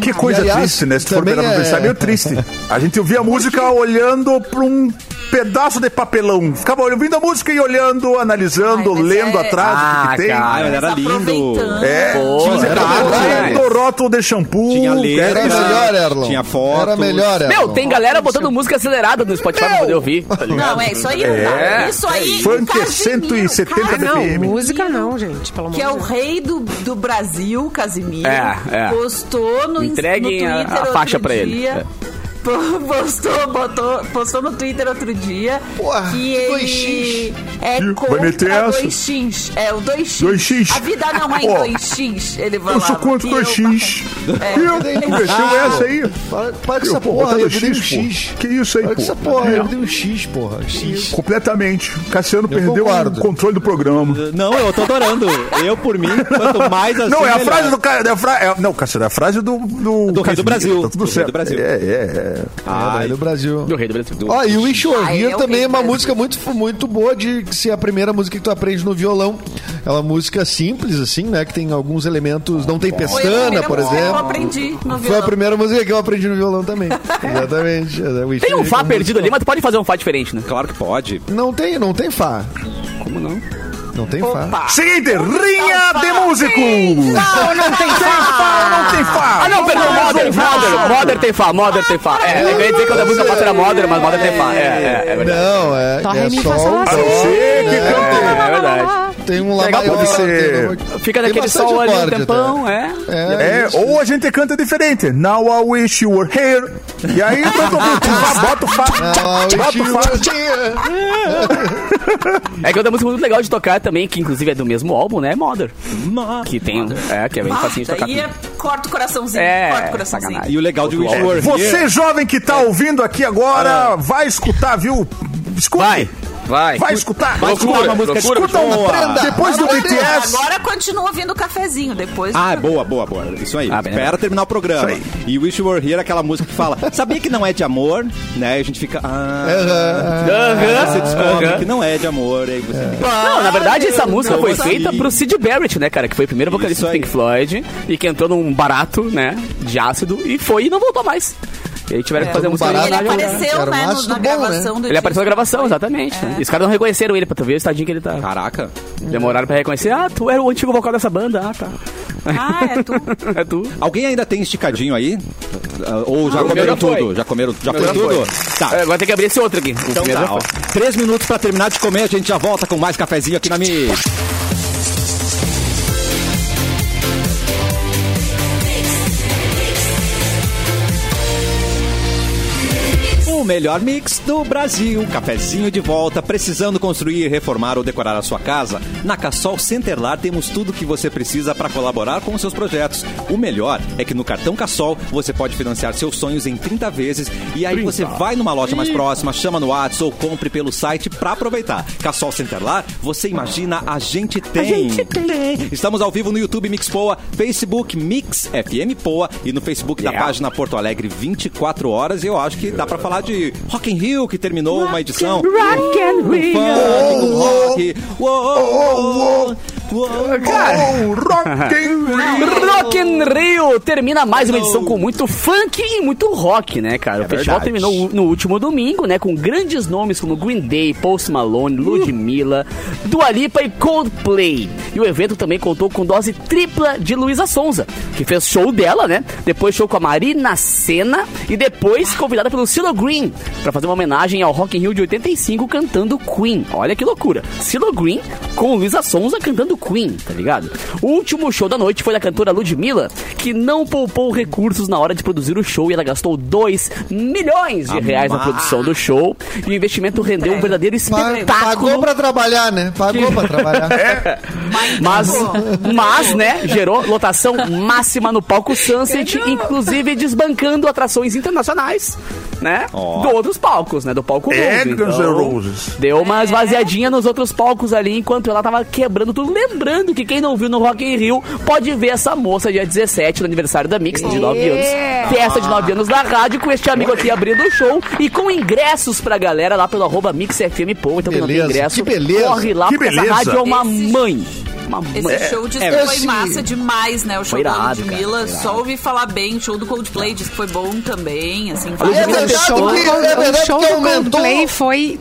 Que coisa E, aliás, triste, né? Se tu for também pegar pra é- pensar, é meio triste. A gente ouvia a música olhando pra um pedaço de papelão. Ficava ouvindo a música e olhando, analisando, Ai, mas lendo é- atrás o que que, tem. cara, Mas era lindo. aproveitando. É, Pô, tinha era detalhe, bom tinha demais. rótulo de shampoo. é, Tinha letra. era Era isso. melhor, Erlon. Tinha fotos. Era melhor, É, Erlon. Meu, tem galera botando música acelerada no Spotify pra poder ouvir. Tá ligado? Não, é isso aí. não dá. É. Isso aí. o Funk Casimiro, 170 Ah, não, BPM. música não, gente, pelo amor que é de o Deus. rei do, do Brasil, Casimiro. É, é. postou no, ins- Entreguem no a- Twitter a faixa outro pra ele. dia É. postou, botou, postou no Twitter outro dia Porra, que ele dois xins. é Ih, vai contra meter essa. dois xins. É, o dois xins. Dois xins. A vida não é em Ó, dois xins, ele vai Eu sou contra dois X. É. Ih, tu mexeu é essa aí? Para, para com Ih, essa pô, porra, botando eu dei um X, X. pô. Que isso aí, Para com essa pô? porra, eu Não. dei um X, porra. X. Completamente. Cassiano perdeu concordo. o controle do programa. Não, eu tô adorando. Eu, por mim, quanto mais assim. Não, é a melhor. frase do cara. É a fra... é- Não, Cassiano, é a frase do. Do, Do rei do Casimiro, Brasil. Tá tudo Do rei certo. do Brasil. É, é, é. Ah, Ai, do Brasil. Do rei do Brasil. Ó, e o Wish You Were Ah, Here eu também é uma mesmo. música muito, muito boa de ser a primeira música que tu aprende no violão. É uma música simples, assim, né? Que tem alguns elementos. Não tem pestana, por Eu exemplo. aprendi no Foi a violão. primeira música que eu aprendi no violão também. Exatamente. É, Wish Tem You um Were Fá Here, perdido ali, mas tu pode fazer um Fá diferente, né? Claro que pode. Não tem, não tem Fá. Como não? Não tem Fá. Opa! é. Seguinte, rinha Não, de fala. músicos. Não, não tem Fala, não tem fala. Ah, não, perdão, Modern, Modern, Modern tem Fá, Modern tem Fá. É, eu ia dizer que a música passa era Modern, mas Modern tem Fá. É, é, é verdade. Não, é. Dó, é ré, mi, só fá, um sol, lá, dó, si. Você que né? canta. É verdade. Ah, Tem um lá Deve maior. ser- tem um- Fica Tem naquele bastante né? sol ali um acorde até. tempão, é. É, isso. ou a gente canta diferente. Now I wish you were here. E aí, todo mundo fá, bota o fá. Ah, Bota o fá. Wish You Were Here. É que outra música muito legal de tocar também, que inclusive é do mesmo álbum, né? Modern. Que tem. É, que é bem Ah, facinho de tocar. daí é, corta o coraçãozinho, É, corta o coraçãozinho. sacanagem. E o legal de Wish You Were Você, Here. Ah. jovem que tá ouvindo aqui agora, vai escutar, viu? Escute. Vai, vai. Vai escutar. Vai escutar uma música Escuta um- boa. aprenda. Depois do BTS. Agora continua ouvindo o cafezinho, depois. Ah, boa, boa, boa. Isso aí. Ah, bem Espera legal. terminar o programa. Isso E Wish You Were Here é aquela música que fala: Sabia que não é de amor? Né? E a gente fica. Ah, Aham. Você descobre Aham. que não é de amor. Aí você fica, "Ah, Não, na verdade, essa música não foi sabia. feita pro Sid Barrett, né, cara? Que foi o primeiro vocalista Isso do Pink aí. Floyd e que entrou num barato, né, de ácido e foi e não voltou mais. E aí tiveram que fazer a num música barato. É, ele original. apareceu, Era um né, no- ácido na bom, gravação do Ele apareceu na disco. gravação, exatamente. né? É. E os caras não reconheceram ele pra tu ver o estadinho que ele tá. Caraca. Demoraram pra reconhecer. Ah, tu era o antigo vocal dessa banda. Ah, tá. Ah, é tu. é tu. Alguém ainda tem esticadinho aí? Ah, Ou já comeram já foi. tudo? Já comeram? Já foi já tudo? Tá. É, Agora tem que abrir esse é outro aqui. Então tá, ó. Três minutos pra terminar de comer, a gente já volta com mais cafezinho aqui na Mi. O melhor mix do Brasil. Cafezinho de volta. Precisando construir, reformar ou decorar a sua casa? Na Cassol Centerlar temos tudo o que você precisa para colaborar com os seus projetos. O melhor é que no cartão Cassol você pode financiar seus sonhos em 30 vezes e aí você vai numa loja mais próxima, chama no WhatsApp ou compre pelo site para aproveitar. Cassol Centerlar, você imagina, a gente tem. Estamos ao vivo no YouTube Mix Poa, Facebook Mix FM Poa e no Facebook da Yeah. página Porto Alegre 24 horas. E eu acho que dá pra falar de Rock in Rio, que terminou uma edição. Rock and Funk, do rock. Oh, Uou, uou, Oh, rock in Rio. Rock in Rio termina mais uma edição com muito funk e muito rock, né, cara? o festival verdade. terminou no último domingo, né, com grandes nomes como Green Day, Post Malone, Ludmilla, Dua Lipa e Coldplay. E o evento também contou com dose tripla de Luísa Sonza, que fez show dela, né? Depois show com a Marina Senna e depois convidada pelo Cilo Green pra fazer uma homenagem ao Rock in Rio de 85 cantando Queen. Olha que loucura. Cilo Green com Luísa Sonza cantando Queen, tá ligado? O último show da noite foi da cantora Ludmilla, que não poupou recursos na hora de produzir o show e ela gastou 2 milhões de reais na Amado. produção do show. E o investimento rendeu um verdadeiro Pa- espetáculo. Pagou pra trabalhar, né? Pagou pra trabalhar. Mas, mas, né, gerou lotação máxima no palco Sunset, inclusive desbancando atrações internacionais, né? Ó. Do outros palcos, né? Do palco Gold. É, Guns N' Então, Roses. Deu É. uma esvaziadinha nos outros palcos ali, enquanto ela tava quebrando tudo. Lembrando que quem não viu no Rock in Rio pode ver essa moça dia 17, no aniversário da Mix, de 9 anos. Festa de 9 anos da rádio, com este amigo aqui abrindo o show e com ingressos pra galera lá pelo arroba Mix FM Pô. Então quem não tem Beleza, ingresso, que beleza, corre lá, que porque beleza. essa rádio é uma Esse- mãe. Uma Esse mãe. show diz que é, foi esse- massa demais, né? O show Foi irado, da Ludmilla, cara, foi irado. só ouvi falar bem. Show do Coldplay diz que foi bom também, assim. Olha, É várias- verdade show, que- é verdade o um show que do aumentou. Coldplay foi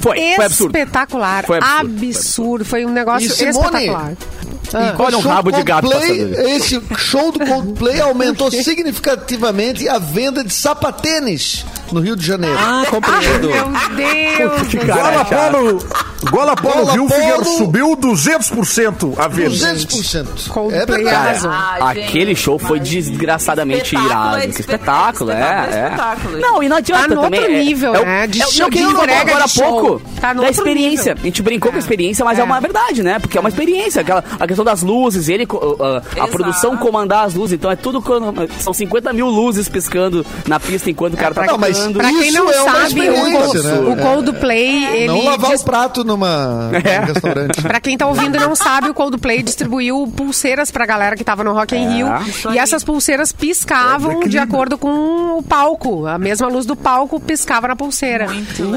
Foi, foi absurdo. espetacular. Foi absurdo, absurdo, Foi um negócio E Simone? espetacular. Ah. Olha um Show rabo de gato Coldplay, passando ali. Esse show do Coldplay aumentou significativamente a venda de sapatênis no Rio de Janeiro. Ah, compreendo. Meu Deus. Fala, Paulo. Gola Polo Gola viu Figueiredo Polo. subiu 200% a venda. 200%. Coldplay é verdade. arrasou. Ah, gente, Aquele show foi mas- desgraçadamente Espetáculo é irado. de Que espetáculo, espetáculo, é é, espetáculo. é. Não, e não adianta Tá no também. outro é- nível, é, o- né? De é, show o que de a gente falou entrega agora há de show. pouco. Tá no da outro experiência. nível. A gente brincou com a É. experiência, mas é. É. uma verdade, né? Porque é uma experiência. Aquela, a questão das luzes, ele, co- uh, uh, a Exato. produção comandar as luzes. Então é tudo... crono- São 50 mil luzes piscando na pista enquanto o cara tá pra- Não, mas tocando. Pra quem Isso não é uma sabe, o, experiência, Col- né? É. o Coldplay, ele... Não lavar dis- o prato numa, num restaurante. Pra quem tá ouvindo e não sabe, o Coldplay distribuiu pulseiras pra galera que tava no Rock É. in Rio. Isso E aí. essas pulseiras piscavam de acordo com o palco. A mesma luz do palco piscava na pulseira.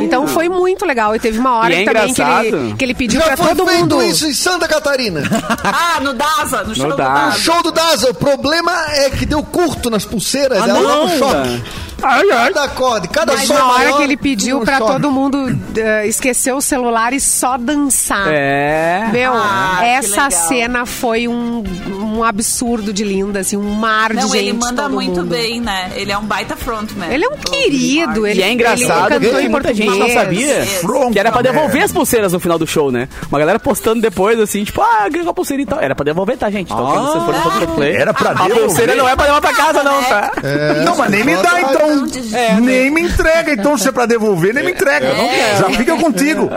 então foi muito legal. E teve uma hora E é que também que ele, engraçado. que ele pediu Já pra foi todo feito mundo. isso em Santa Catarina. Ah, no Daza, no show do Daza. O Daza. show do Daza, o problema é que deu curto nas pulseiras. ela tá dava um choque. Ai, ai. Cada corda, cada Ah, Mas sol na hora maior, que ele pediu um pra choque. todo mundo eh, esquecer o celular e só dançar. É. Meu, Ah, que essa legal. cena foi um, um absurdo de linda, assim, um mar de Não, gente. ele manda todo muito mundo. bem, né? Ele é um baita frontman. Ele é um querido, ele E é engraçado ele que cantou tem em muita gente não português. sabia Fronca, que era pra né? devolver as pulseiras no final do show, né? Uma galera postando depois assim, tipo, ah, ganhou a pulseira e tal. Era pra devolver, tá, gente? Então, quando vocês forem pro play, Era pra a devolver? pulseira não é pra levar pra casa, né? não, tá? não, mas nem me dá então. nem me entrega então se é pra devolver, nem me entrega. Já fica contigo.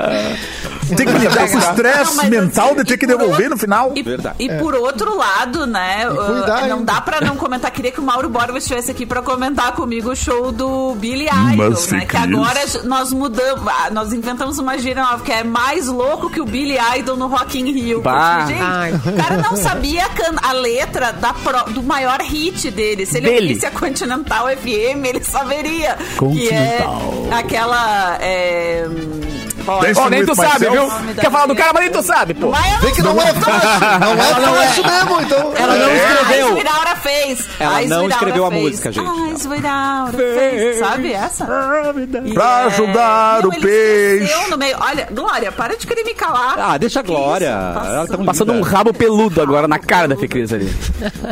Tem que lidar com o Não, estresse mas mental assim, de ter que e por devolver no final. E, Verdade. e por outro lado, né? uh, cuidar, não hein? dá pra não comentar. Queria que o Mauro Borba estivesse aqui pra comentar comigo o show do Billy Idol, Mas né? fake Que news. agora nós mudamos, ah, nós inventamos uma gíria nova, que é mais louco que o Billy Idol no Rock in Rio. Bah. Gente, Ai. o cara não sabia a, can- a letra da pro- do maior hit dele. Se ele Dele. ouvisse a Continental FM, ele saberia. Que é aquela... É... ó, Dance Ó, nem tu with sabe, myself. viu? Quer falar do cara, mas nem tu sabe, pô. Mas eu Vê que não é fácil. Não é fácil mesmo, então. Ela não escreveu. A Esmeralda fez. Ela Eyes não Without escreveu a Face. música, gente. A Esmeralda fez. Sabe essa? Pra E, é, ajudar não, o ele peixe. esqueceu no meio. Olha, Glória, para de querer me calar. Ah, deixa a Que isso, Glória. Ela tá passando. muito Passando um linda. rabo peludo agora na cara da Fecris ali.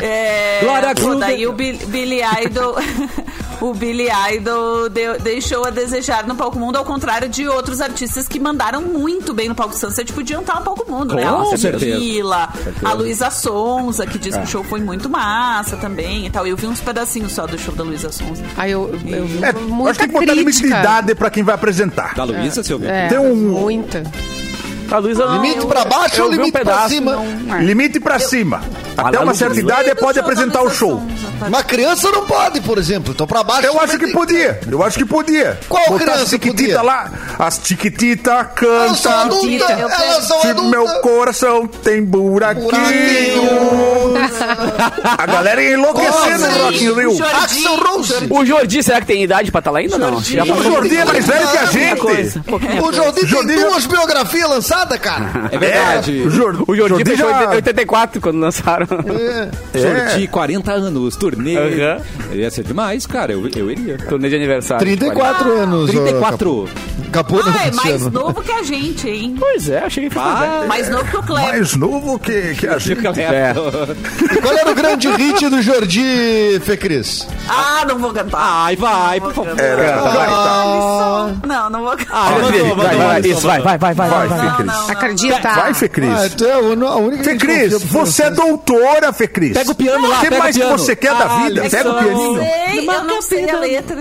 É, Glória pô, Groove. daí o Bi- Billy Idol... O Billy Idol deu- deixou a desejar no palco mundo, ao contrário de outros artistas que mandaram muito bem no palco Sunset, podiam estar no palco mundo, né? Com Alceu certeza. Villa, a Luísa Sonza, que diz que o show foi muito massa também e tal. Eu vi uns pedacinhos só do show da Luísa Sonza. Aí eu, eu vi É, eu acho muita que tem que botar limite de crítica. idade pra quem vai apresentar. Da Luísa, seu bem. É, Tem um- Muita. A Luísa não- Limite pra baixo Ah, eu ou vi um limite pra pedaço, cima? não- é. Limite pra cima. Até lá uma no certa Brasil. idade Do pode show da Ah, apresentar o Luísa show. Sonza, tá? Uma criança não pode, por exemplo. Então pra baixo... Eu acho que podia. Eu acho que podia. Qual Botar criança as tiquitita podia? lá. As tiquitita Elas são canta. adultas. Eu quero- Elas são Se meu adultas. coração tem buraquinho. Buraquinho. A galera ia enlouquecer Nossa, no Rock in Rio. Jordi. Axel Rose. O Jordi, será que tem idade pra estar lá ainda? Não. Já O Jordi tá é mais velho que a Pouquinha coisa, gente. pouquinha O coisa. Jordi tem Jordi- é- duas biografias lançadas, cara. É verdade. O Jor- O Jordi Jordi fechou em já... é 84 quando lançaram. É. É. Jordi, 40 anos, turnê. É. Aham. Ia ser demais, cara. Eu, eu iria. Turnê de aniversário. Ah, 34 anos. ô, 34. Capô não Ah, é mais Luciano. novo que a gente, hein? Pois é, achei que foi. Ah, Mais novo que o Cleber. Mais novo que, que a gente. É. Qual era o grande hit do Jordi Fecris? Ah, não vou cantar. Ai, vai, por favor. Era, vai, tá. Ah, isso- Não, não vou Ah, cantar. mandou, Vai, mandou, vai, vai, mandou. isso, vai, vai, vai, vai, vai, vai. não, não, não. Acredita? Vai, Fê Cris. Ah, tu é a a única Fê gente Cris, confia pro você é francês. doutora, Fê Cris. Pega o piano lá, O que pega mais o piano. que você quer da vida? Ah, Pega Alexandre. o Não pianinho. sei, eu não sei né? a letra.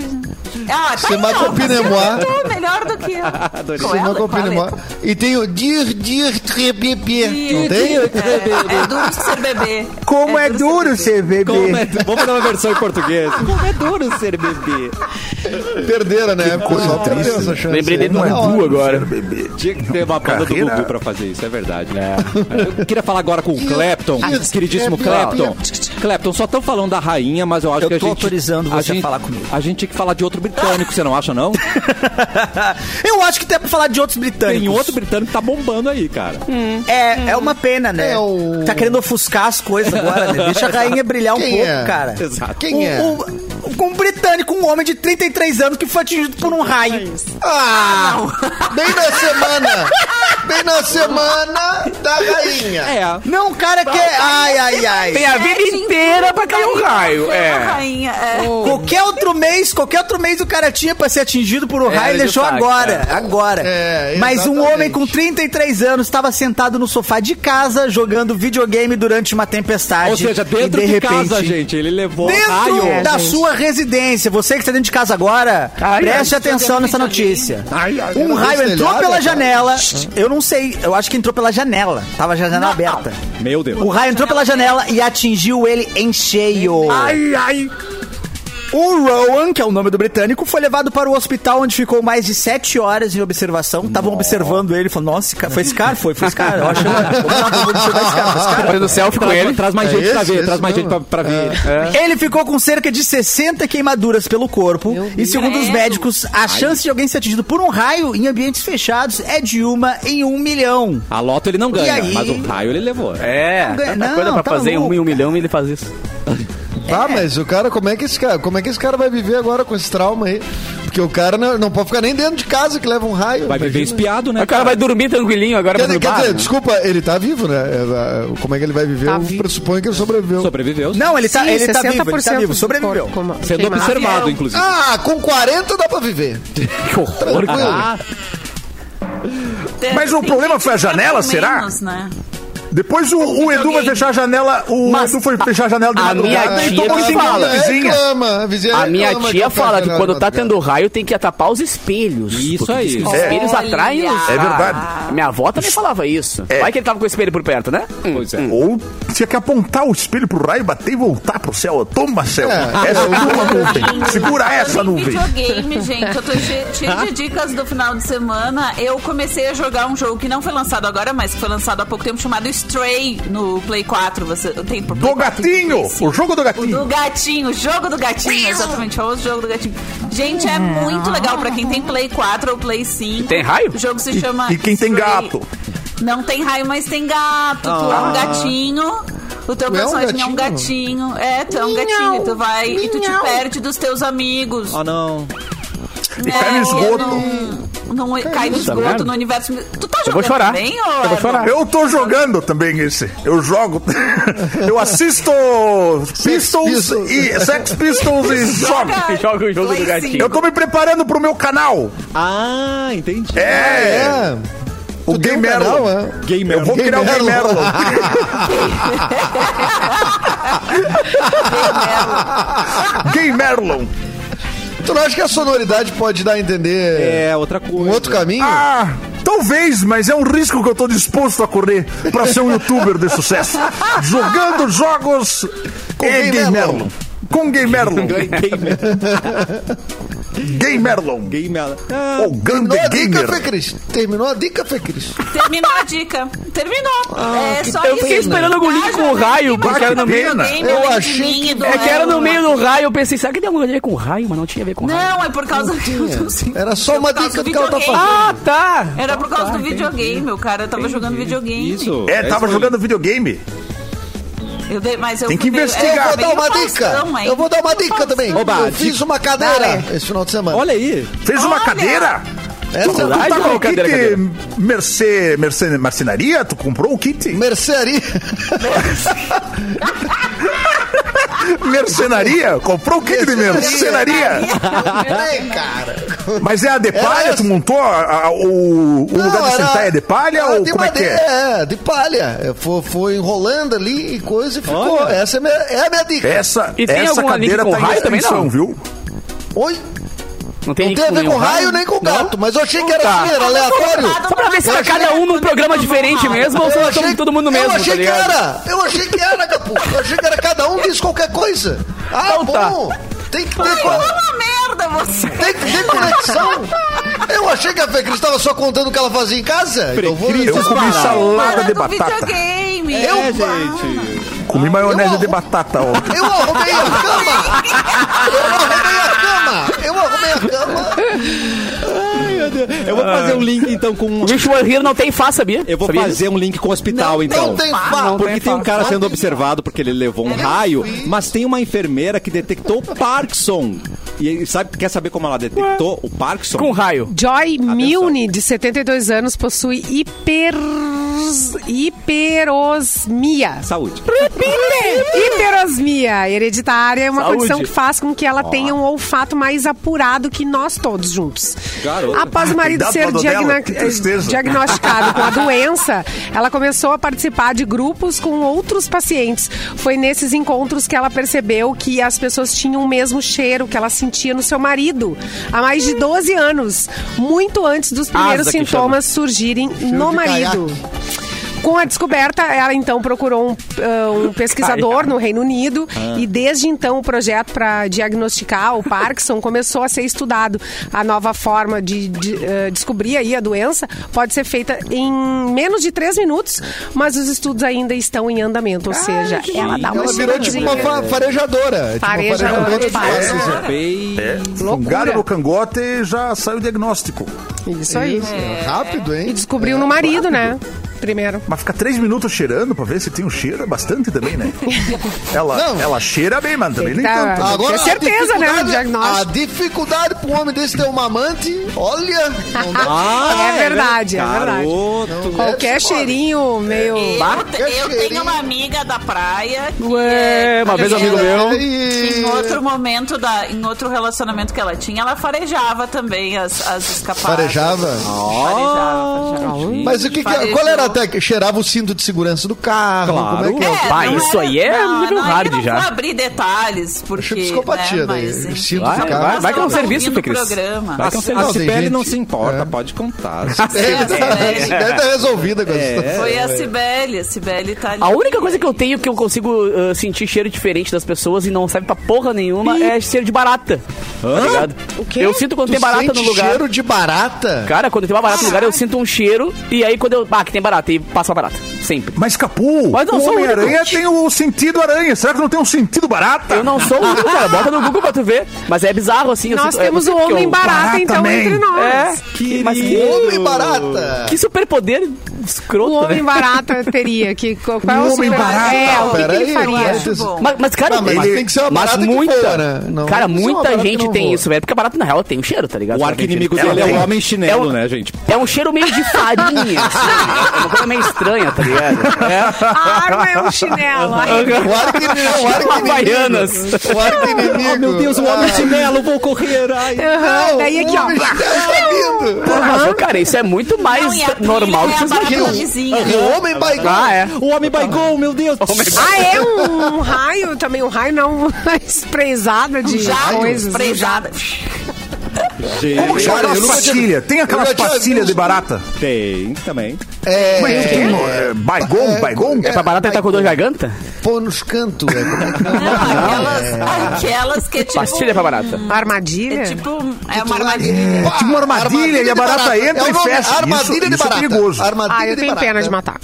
Ah, tá Você aí, marca ó, o Pinemoá. você é Melhor do que eu. Qual Você é a não letra? acompanha Qual a mais. letra? E tem o Dir Dir Trebebê. Não tem? É, é duro ser bebê. Como é duro ser Como é- bebê. Vamos fazer uma versão em português. Como é duro ser bebê. Perderam, né? Que coisa triste. essa chance. Lembrei dele do Não é Edu hora. agora. Tinha que ter uma banda do Carreira. Gugu pra fazer isso, é verdade. Eu queria falar agora com o Clapton, queridíssimo Clapton. Clapton, só estão falando da rainha, mas eu acho Eu que a tô gente... autorizando você a gente- falar comigo. A gente tinha que falar de outro britânico, você não acha, não? Eu acho que tem pra falar de outros britânicos. Tem outro britânico que tá bombando aí, cara. Uhum. É, é uma pena, né? É o- Tá querendo ofuscar as coisas agora, né? Deixa a rainha brilhar um Quem pouco, é? cara. Exato. Quem é? Um, um- um britânico, um homem de Ah, 33 anos que foi atingido por um raio. Ah! Bem na semana! bem na semana da rainha. É. Não, cara que é. Ai, ai, ai. Tem a É, vida inteira pra cair um raio. É. Rainha, é. Qualquer outro mês, qualquer outro mês o cara tinha pra ser atingido por um É, raio e ele deixou tá, agora. Agora. É, Mas um exatamente. homem com 33 anos estava sentado no sofá de casa jogando videogame durante uma tempestade. Ou seja, dentro e de, de, repente, casa, gente, ele levou Dentro raio. É, da sua residência, você que está dentro de casa agora, Ai, preste ai, atenção nessa notícia. Tá Um era raio destelhado, entrou pela né? cara. janela. Hum. Eu não sei, eu acho que entrou pela janela. Tava a janela aberta. Meu Deus. O raio entrou pela janela e atingiu ele em cheio. Ai, ai. O Rowan, que é o nome do britânico, foi levado para o hospital onde ficou mais de sete horas em observação. Estavam observando ele, falou: Nossa, esse cara- foi esse cara? Foi, foi esse cara. Eu achei. Fazendo selfie com ele. Traz mais É gente pra esse? ver, Esse traz mais mesmo? gente pra, pra ver. ele. Ele ficou com cerca de 60 queimaduras pelo corpo. E segundo os Credo. médicos, a chance de alguém ser atingido por um raio em ambientes fechados é de uma em um milhão. A loto ele não ganha, aí? mas o raio ele levou. É, tanta Não, coisa pra tá fazer, louco, um em um milhão e ele faz isso. Ah, mas o cara, como é que esse cara, como é que esse cara vai viver agora com esse trauma aí? Porque o cara não, não pode ficar nem dentro de casa que leva um raio. Vai viver imagina. espiado, né? O cara vai dormir tranquilinho agora Quer, no dizer- quer bar, dizer, né? desculpa, ele tá vivo, né? É, é, Como é que ele vai viver? Tá Eu vivo. pressuponho que ele sobreviveu. Sobreviveu. Não, ele tá, Sim, ele tá 60% vivo, ele tá vivo, do sobreviveu. corpo, como- Sendo queimado. observado, inclusive. Ah, com 40 dá pra viver. Que tipo, horror, cara. Tem- Mas o tem problema gente foi a que fica janela, com será? menos, né? Depois o, o Edu vai fechar a janela. O Mas Edu foi fechar a janela de a madrugada minha e tia tomou que um xingamento fala. da vizinha. Reclama, vizinha A minha reclama é tia eu fala faço que nada quando tá madrugada. tendo raio tem que atapar os espelhos. Isso porque aí. diz que Os É. espelhos atraem os. É verdade. Ah, Minha avó também falava isso. Vai que ele tava com o espelho por perto, né? Hum. Pois é. Ou tinha que apontar o espelho pro raio, bater e voltar pro céu. Toma, céu. Essa é uma nuvem. Segura essa Eu tenho nuvem. videogame, gente. Eu tô che- cheio de dicas do final de semana. Eu comecei a jogar um jogo que não foi lançado agora, mas que foi lançado há pouco tempo, chamado Stray no Play 4. Você tem pro Play 4 e pro Do gatinho! Play 5. O jogo do O gatinho. do gatinho, o jogo do gatinho, exatamente, é o jogo do gatinho. Gente, é muito legal pra quem tem Play 4 ou Play 5. tem raio? O jogo se chama. e quem tem gato? Não tem raio, mas tem gato. Tu é um gatinho. O teu Ah. Tu é um personagem é um gatinho. É, tu é um gatinho. E tu vai. E tu te perde dos teus amigos. Ah, não. né? cai no esgoto. Não, não cai no isso, tá esgoto, vendo? no universo. Tu tá jogando vou chorar. também, ou Eu vou chorar. Eu tô jogando também esse. Eu jogo. Eu assisto Pistols Pistols. e Sex Pistols e jogo. Joga o jogo do Play gatinho. cinco. Eu tô me preparando pro meu canal. Ah, entendi. É, É. o tem um Game Merlo. canal, é? Gamer. Eu vou Game criar um o Game Merlo. Merlo. Game Merlon. Tu não acha que a sonoridade pode dar a entender É, outra coisa. um outro caminho? Ah, talvez, mas é um risco que eu tô disposto a correr pra ser um youtuber de sucesso. Jogando jogos com Game Game Merlon. Merlon. Com Game Merlon. Gamer. Game Merlon. Gamer. Ah, O grande Terminou a dica, Fê gamer. Cris. Terminou a dica, Fê Cris. Terminou a dica. Terminou. Ah, é só Eu isso. fiquei esperando algum link com o raio, porque era no meio. pena. Ninguém me Eu lembra de achei mim que- e do É que era no Elon. meio do raio, eu pensei, será que tem alguma coisa a ver com raio? Mas não tinha a ver com raio. Não, é por causa do. Era só uma Por causa dica do do que ela tá videogame. fazendo. Ah, tá! Era por causa do videogame, o cara tava jogando videogame. Isso. É, isso tava aí. jogando videogame. Eu dei, mas eu Tem que fui Ah, meio- investigar. Eu era vou bem dar uma Faustão, dica. hein? Eu vou dar uma dica também. Oba, Eu dica. fiz uma cadeira esse final de semana. Olha aí. Fez uma Olha! cadeira. Tu, Essa tu tá Verdade, com o kit cadeira, cadeira. merce- merce- marcenaria? Tu comprou o kit? mercearia. Mercenaria? Comprou o kit de mercenaria? Ei, cara. Mas é a de palha? essa. Tu montou a- a- o, o lugar de sentar é de palha? era Ou de como é que madeira, é? é? de palha. É, Foi, foi enrolando ali e coisa e ficou. Olha. Essa é, minha- é a minha dica. Essa, E tem essa alguma cadeira link com tá em raio também, extinção, não? viu? Oi, Não tem, um não tem a ver com raio nem com gato, mas eu achei que era Tá. primeiro, aleatório. Só pra ver se era cada um num programa diferente mesmo ou se Eu nós estamos achei- todo mundo no mesmo, Eu achei tá que ligado? era. Eu achei que era, Capu. Eu achei que era cada um diz qualquer coisa. Ah, Então tá. bom. Tem que ter... Ai, co- uma merda você. Tem que ter conexão. Eu achei que a Fê Cris estava só contando o que ela fazia em casa. Então vou... Cris, Eu comi salada Para de do batata. videogame. É, Eu- gente. Comi maionese eu- de batata ontem. Eu arrumei a cama. Eu arrumei a cama. Eu arrumei a cama. Ai, meu Deus. Eu vou fazer um link, então, com... O Rich One Hero não tem face, sabia? Eu vou Sabia disso? fazer um link com o hospital, então. Não tem vá. não Porque tem tem um fato. cara Não sendo tem é um observado porque ele levou um raio, mas tem uma enfermeira que detectou Parkinson. E ele sabe, quer saber como ela detectou o Parkinson? Com raio. Joy Milne, de 72 anos, possui hiper... hiperosmia. Saúde. Hiperosmia hereditária é uma Saúde. condição que faz com que ela tenha um olfato mais apurado que nós todos juntos. Garoto. Após o marido Ah, cuidado ser com a Dodela, diagna- que tristeza. diagnosticado com a doença, ela começou a participar de grupos com outros pacientes. Foi nesses encontros que ela percebeu que as pessoas tinham o mesmo cheiro que ela sentia no seu marido há mais de 12 anos, muito antes dos primeiros Asa que sintomas surgirem no de marido. Com a descoberta, ela então procurou um, ah, um pesquisador no Reino Unido e desde então o projeto para diagnosticar o Parkinson começou a ser estudado. A nova forma de, de, ah, descobrir aí a doença pode ser feita em menos de três minutos, mas os estudos ainda estão em andamento, ou seja, ela dá uma Ela virou tipo uma estudadinha. fa- farejadora. tipo uma Farejadora de parques, parques. né? Bem... Fungaram Um no cangote e já saiu o diagnóstico. Isso aí. É. Rápido, hein? E descobriu no marido, né? Primeiro. Mas ficar três minutos cheirando pra ver se tem um cheiro é bastante também, né? ela, Não. ela cheira bem, mas também nem tá- tanto. É certeza, a né, o dificuldade- diagnóstico. A dificuldade pro homem desse ter uma amante, olha, não dá. Ah, Ah, é verdade, é verdade. Garoto. Qualquer cheirinho Eu, meio. eu tenho cheirinho. uma amiga da praia. que Ué, é- uma vez um amigo meu. Em E- outro momento, da, em outro relacionamento que ela tinha, ela farejava também as, as escapadas. Farejava? Oh, Farejava, farejava. Mas o que, que Farejou. qual era a técnica? Cheirava o cinto de segurança do carro. Claro. Como é que é? É, Bah, não isso aí é nível não, hard eu não já. vou abrir detalhes, porque... Acho psicopatia né, daí. mas, enfim, Sinto Vai, só ficar- vai, pra vai que é um pessoa serviço, ouvir no Cris. programa. Vai que é um Não, serviço. tem Cibele gente- não se importa, É. pode contar. Deve tá- É. deve tá resolvida com É. essa- Foi assim. a Cibele, a Cibele tá ali. A única coisa que eu tenho que eu consigo ah, sentir cheiro diferente das pessoas e não serve pra porra nenhuma é cheiro de barata. Tá ligado? O quê? Eu sinto quando Tu tem barata sente no lugar. cheiro de barata? Cara, quando tem uma barata no lugar, eu sinto um cheiro. E aí quando eu. Ah, que tem barata, e passa a barata. Sempre. Mas Capu, Mas não o sou o único. Homem-Aranha tem o sentido aranha. Será que não tem um sentido barata? Eu não sou o único, cara. Bota no Google pra tu ver. Mas é bizarro, assim. eu Nós sinto- é, temos eu o sinto que homem eu- barata, barata então, também. entre nós. É, que, mas que, Homem barata. que superpoder O escroto, homem né? barata teria que. Qual é o homem super- barata, É, o que, que ele peraí, faria? mas- Bom, Mas, mas, cara, Não, mas tem que ser uma mas barata que muita, voa, né? Não, cara, tem que ser uma muita barata que gente não tem voa. isso, velho. Porque a barata, na real, ela tem um cheiro, tá ligado? O arco-inimigo Ela dele é tem. o um homem chinelo, Ela- né, gente? É um cheiro meio de farinha, assim. É uma coisa meio estranha, tá ligado? A arma é um chinelo. Ai, O arco inimigo. Havaianas. O arco inimigo. Ah, Meu Deus, o homem chinelo, vou correr. Ai. aham, Ah, Daí aqui, ó. ó. Porra, cara, isso é muito mais e a trilha normal do é que a vocês barata da imaginam. vizinha. O homem baigão. Ah, é. O homem baigou, meu Deus. Ah, é um raio também, um raio não, uma esprezada de Já, coisas. frejada. Como que chama Cara, aquelas eu nunca tinha- pastilhas? Tem aquelas eu já tinha pastilhas de visto. barata? Tem também. É, Mas tem, é, Baigon, Baigon? é. Essa barata tá com dor de garganta? Pô nos cantos. É. Não, aquelas, aquelas que é tipo... Pastilha pra barata. Armadilha? Ah, É tipo... É uma armadilha. Pá, Tipo uma armadilha, e a de barata entra É o e nome, fecha. Isso- Armadilha de isso é barata. perigoso. Armadilha ah, eu de tenho barata. pena de matar.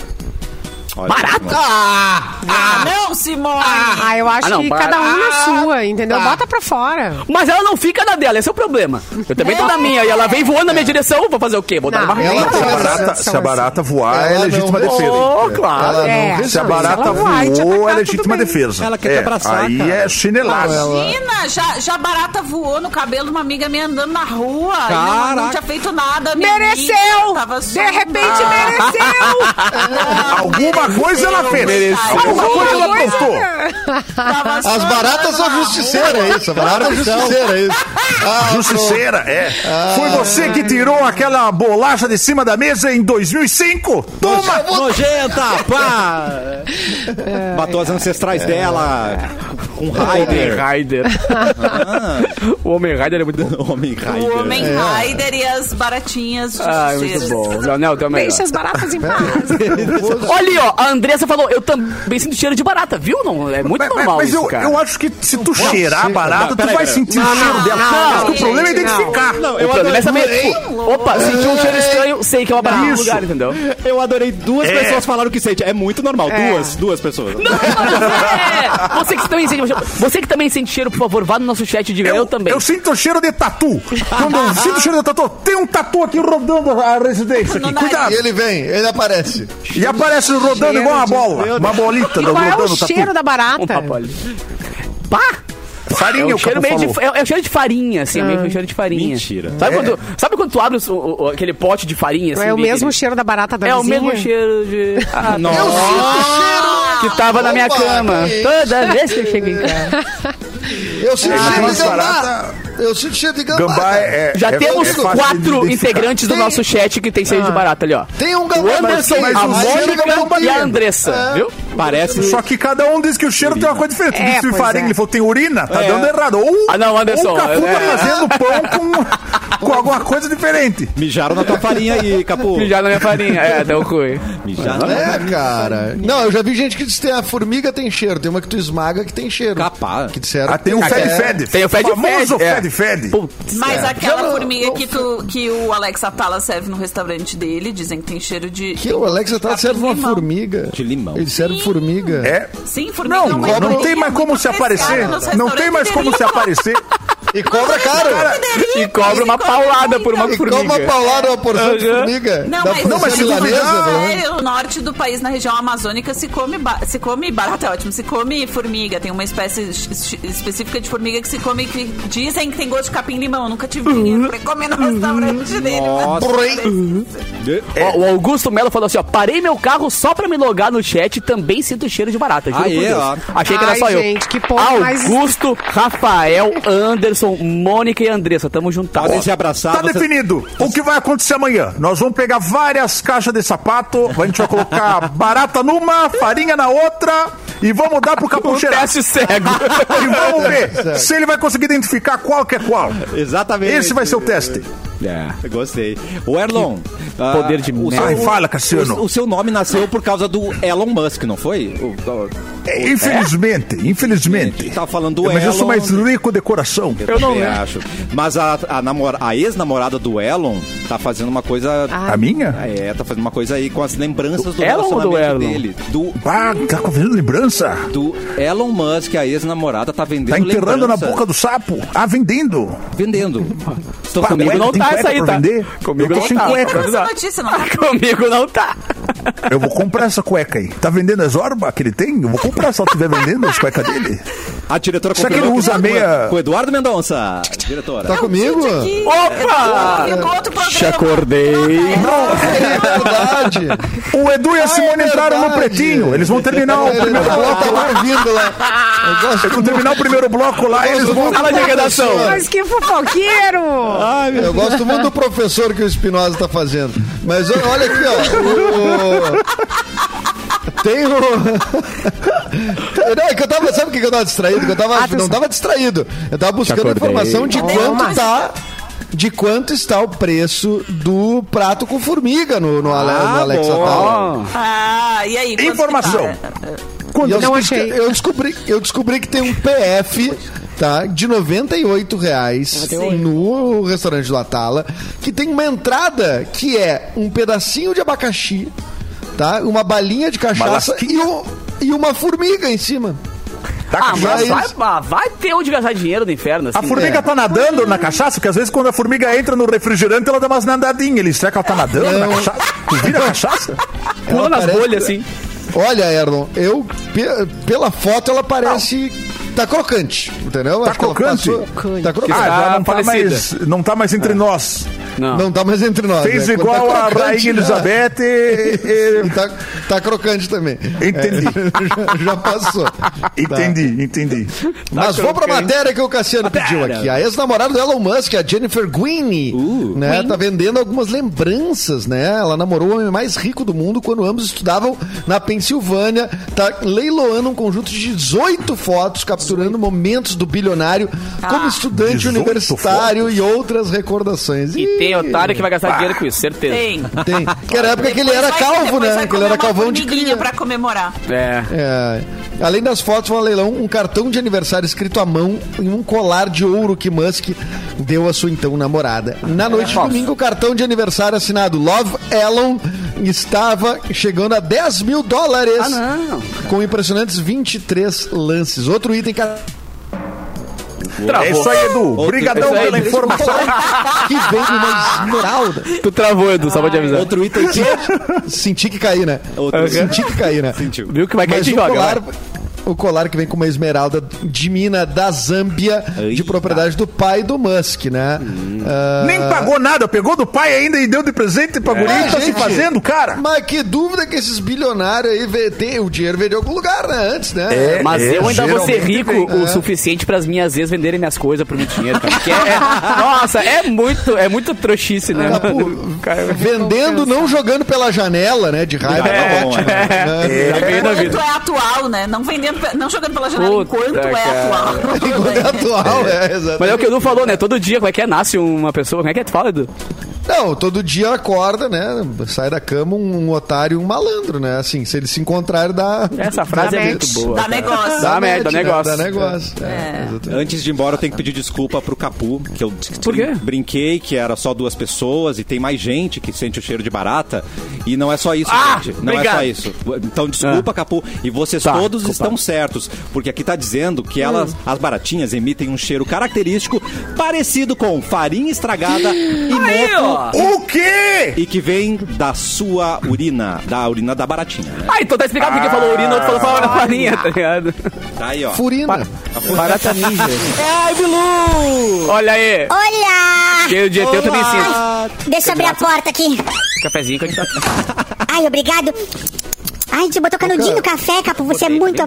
Barata? Ah! Ah, não, Simone! Ah, eu acho Ah, não, que para- cada um na sua, entendeu? tá. Bota pra fora. Mas ela não fica na dela, esse é o problema. Eu também tô na minha, e ela vem voando na minha direção, vou fazer o quê? Vou dar Não, uma ela Se a tem barata, essa- se a barata voar, é Ela legítima não- defesa. Oh, claro. Ela É. não Se a resolve. barata ela vai te voou, é atacar, legítima tá tudo bem. defesa. Ela quer te é, abraçar, Aí cara. é chinelada. Imagina, já, já barata voou no cabelo de uma amiga minha andando na rua. e Não, Caraca. não tinha feito nada. minha Mereceu! amiga Tava Ah, só- De repente Ah. mereceu! Alguma coisa ela fez. Mereceu. Alguma coisa ela postou. Tava só As baratas andando são na justiceiras, é isso. A barata é um justiceira, é isso. Ah, Justiceira, é. Foi você que tirou aquela bolacha de cima da mesa em 2005? Toma! Nojenta, pá! Matou as ancestrais dela. Um Raider. Rider. o Homem Rider é muito bom. Homem rua. Raider. O Homem é. Rider e as baratinhas Ah, é justiceiras. muito bom. Leonel, também. Deixa as baratas em paz. Olha aí, ó, a Andressa falou, eu também sinto cheiro de barata, viu? Não, é muito Mas, mas- normal mas isso, eu, cara. eu acho que se tu cheirar a sim, barata, tu peraí, vai peraí. sentir o cheiro dela. não, Acho que o não, problema é gente, não. identificar. Não, o eu problema é adorei, saber, tipo, opa, senti um cheiro estranho, sei que é uma barata no Isso. lugar, entendeu? eu adorei duas É. pessoas falaram que sente. É muito normal. Duas, duas pessoas. É, Você que também sente você que também sente cheiro, por favor, vá no nosso chat de eu, eu também. Eu sinto o cheiro de tatu. Quando eu sinto o cheiro de tatu, tem um tatu aqui rodando a residência aqui. No Cuidado. E ele vem, ele aparece. E aparece rodando igual uma bola. Uma bolita E qual é rodando o o tatu. Tá. cheiro da barata? Um papo ali. Um Pá! Farinha, É o, o cheiro Capu meio de, falou. é, é o cheiro de farinha, assim, é meio que um cheiro de farinha. Mentira. Sabe, É. quando, sabe quando tu abre o- o- o- aquele pote de farinha? Assim, É o bem mesmo aquele- cheiro da barata da É o vizinha? mesmo cheiro de. Ah, Nossa. eu sinto o cheiro que tava na minha Opa, cama. que Toda vez que eu chego em casa. Eu sinto É, cheiro de mais gambá. barata. Eu sinto cheiro de gambá. Gambá cara. é. Já é- temos é fácil de quatro identificar. integrantes do Tem- nosso chat que tem cheiro de barata ali, ó. Tem um O gambá. Anderson, mas- mas a o um é cheiro de gambá Mônica e a tem. Andressa, viu? Parece. Só que cada um diz que o cheiro tem uma coisa diferente. É, É, disse pois farinha, é. ele falou tem urina, tá É. dando errado. Ou, Ah, não, Anderson, ou o Capu é- tá fazendo pão com, com alguma coisa diferente. Mijaram na tua farinha aí, Capu. Mijar na minha farinha. É, deu ruim. Mijaram. É, cara. Não, eu já vi gente que diz que tem a formiga tem cheiro, tem uma que tu esmaga que tem cheiro. Capaz. Que disseram. Ah, tem o que Fed é. Fed. Tem o Fed famoso Fed, é. Fed Fed. Mas aquela Eu não- formiga não- que, tu, que o Alex Atala serve no restaurante dele, dizem que tem cheiro de. Que o Alexa tá serve uma Limão. formiga. De limão. Ele serve formiga. É. Sim, formiga Não, é um não, animal tem mais como muito se apreciado aparecer. nos Não tem mais restaurantes como se dele. aparecer. E cobra caro. E cobra uma paulada um- por uma E cobra uma formiga. paulada uma porção de Aham. formiga. Não, Da mas, é formiga não, mas se milanesa, pelo né? menos. no é norte do país, na região amazônica, se come, ba- se come barata, é ótimo, se come formiga. Tem uma espécie es- es- específica de formiga que se come, que dizem que tem gosto de capim-limão. Eu Nunca Uhum. tive dinheiro pra comer no restaurante dele. mas- Ó, o Augusto Melo falou assim, ó, parei meu carro só pra me logar no chat e também sinto cheiro de barata, juro Aí, por Deus. ó. Achei que era Ai, só eu. gente, que povo mais- Augusto, Rafael, Anderson, Mônica e Andressa, tamo juntados. Podem se abraçar. Tá vocês- definido. O que vai acontecer amanhã? Nós vamos pegar várias caixas de sapato, a gente vai colocar barata numa, farinha na outra e vamos dar pro Um Capu cheirar. teste cego. E vamos ver se ele vai conseguir identificar qual que é qual. Exatamente. Esse vai ser o teste. É, gostei. O Erlon. ah, poder de o merda. seu- Ai, fala, Cassiano. O, o seu nome nasceu por causa do Elon Musk, não foi? O, Infelizmente, infelizmente. É, tava falando do Mas eu sou Elon. mais rico de coração. eu não acho. Mas a, a, namora- a ex-namorada do Elon tá fazendo uma coisa. A minha? É, tá fazendo uma coisa aí com as lembranças do Elon ou do relacionamento Elon? dele. Do, Ah, tá fazendo lembrança? do Elon Musk, a ex-namorada, tá vendendo. Tá enterrando na lembranças. boca do sapo? Ah, vendendo. Vendendo. Estão Pá, é? sabendo Comigo Ué, não tem tá cueca essa aí, pra tá? vender? Comigo Eu tô não sem tá. cueca. Essa notícia não é Comigo não tá. Eu vou comprar essa cueca aí. Tá vendendo as orbas que ele tem? Eu vou comprar se ela estiver vendendo as cuecas dele. A diretora Será que é confirmou ele usa com- meia- Com o Eduardo Mendonça. É um Diretora. Tá comigo? tipo Opa! Te acordei. É verdade. O Edu Ah, é e a Simone entraram no verdade. pretinho. Eles vão terminar o Ele primeiro tá lá, bloco. tá lá ouvindo lá. Eu gosto Eles vão terminar o primeiro bloco lá. Eles vão. Sala de redação. Mas que fofoqueiro! Eu gosto muito do professor que o Espinosa está fazendo. Mas o- olha aqui, ó. o- Tem o. Não, é que eu tava. Sabe o que que eu tava distraído? Que eu tava, não tava distraído. Eu tava buscando informação de quanto tá. De quanto está o preço do prato com formiga no, no, Ale- no Alex Atala. Ah, e aí? quanto que Informação. tá? E eu, Não descobri- achei. eu descobri, eu descobri que tem um PF, tá? De R$ 98 reais no restaurante do Atala, que tem uma entrada que é um pedacinho de abacaxi, tá? Uma balinha de cachaça e, um- e uma formiga em cima. Ah, mas Já vai, isso. ah, vai ter onde gastar dinheiro no inferno, assim. Tá A formiga É. tá nadando na cachaça, porque às vezes quando a formiga entra no refrigerante, ela dá umas nadadinhas. Eles será que ela tá nadando na Não. cachaça? Tu vira a cachaça? Pula É ela nas parece- bolhas, assim. Olha, Erlon, eu pe- pela foto ela parece tá crocante, entendeu? Tá Acho que ela crocante? passou- Tá crocante. Ah, já Tá não tá, falecida. mais, não tá mais entre nós. Não. Não tá mais entre nós. Fez né? Quando tá igual a crocante, Rainha já- Elizabeth. e- E tá, tá crocante também. Entendi. É, já, já passou. Tá. e- Entendi, entendi. Mas vou pra matéria que o Cassiano pediu aqui. A ex-namorada do Elon Musk, a Jennifer Guiney, né, tá vendendo algumas lembranças, né? Ela namorou o homem mais rico do mundo quando ambos estudavam na Pensilvânia. Tá leiloando um conjunto de 18 fotos, capturando momentos do bilionário como estudante 18 universitário e outras recordações. E tem otário que vai gastar Bah. dinheiro com isso, certeza. Tem. Tem. Que era a época que ele Depois era vai- calvo, depois né? vai Que ele comer uma era calvão de formiguinha cria. pra comemorar. É. É. Além das fotos, vão a leilão um cartão de aniversário escrito à mão e um colar de ouro que Musk deu à sua então namorada. Na noite de domingo, o cartão de aniversário assinado Love Elon estava chegando a 10 mil dólares. Ah, não. Com impressionantes 23 lances. Outro item que, É isso Travou. aí, Edu. Outro- Obrigadão é isso aí, pela Edu. informação. que vem de uma esmeralda. Tu travou, Edu, só pra te avisar. Outro item que. Senti que caí, né? Outro- Senti que caí, né? Sentiu. Viu É que vai cair Mas de o joga, né? colar, vai. o colar que vem com uma esmeralda de mina da Zâmbia, de Eita. propriedade do pai do Musk, né? Hum. Ah, Nem pagou nada, pegou do pai ainda e deu de presente É, pra guria Mas, que tá se gente, fazendo, cara. Mas que dúvida que esses bilionários aí vê, tem, o dinheiro veio de algum lugar, né? Antes, né? Mas é, eu ainda vou ser geralmente rico vem. o suficiente para as minhas ex venderem minhas coisas por meu dinheiro. cara. Porque é- nossa, é muito, é muito trouxice, né? Capu, vendendo, não jogando pela janela, né? De raiva, É, tá ótimo. é. né? É bem da Quanto vida. é atual, né? Não vendendo, pe- não jogando pela janela Puta, enquanto é cara. atual. Enquanto é atual, é, exatamente. Mas é o que o Edu falou, né? Todo dia, como é que é? Nasce uma pessoa. Como é que é? Tu fala, Edu? Não, todo dia acorda, né? Sai da cama um, um otário e um malandro, né? Assim, se eles se encontrarem, dá. Essa frase é muito Exatamente. boa. Dá cara. negócio. Dá merda, match, né? negócio. Dá negócio. É, exatamente. Antes de ir embora, eu tenho que pedir desculpa pro Capu, que eu Por quê? brinquei que era só duas pessoas e tem mais gente que sente o cheiro de barata. E não é só isso, Ah, gente. Não obrigado. Ah. é só isso. Então, desculpa, Capu. E vocês Tá, todos desculpa. Hum. estão certos, porque aqui tá dizendo que elas, as baratinhas, emitem um cheiro característico parecido com farinha estragada e Aí, mofo. ó. O quê? E que vem da sua urina, da urina da baratinha. né? Ah, então tá explicado porque falou urina, outro falou fala farinha, tá ligado? Tá aí, ó. Tá Furina. Barata ninja. Ai, Bilu! Olha aí. Olá! Cheio de ET, eu também sinto. Deixa eu abrir a porta aqui. Cafezinho que a gente tá... Ai, obrigado. Ai, gente, botou canudinho no café, Capo. Você é muito...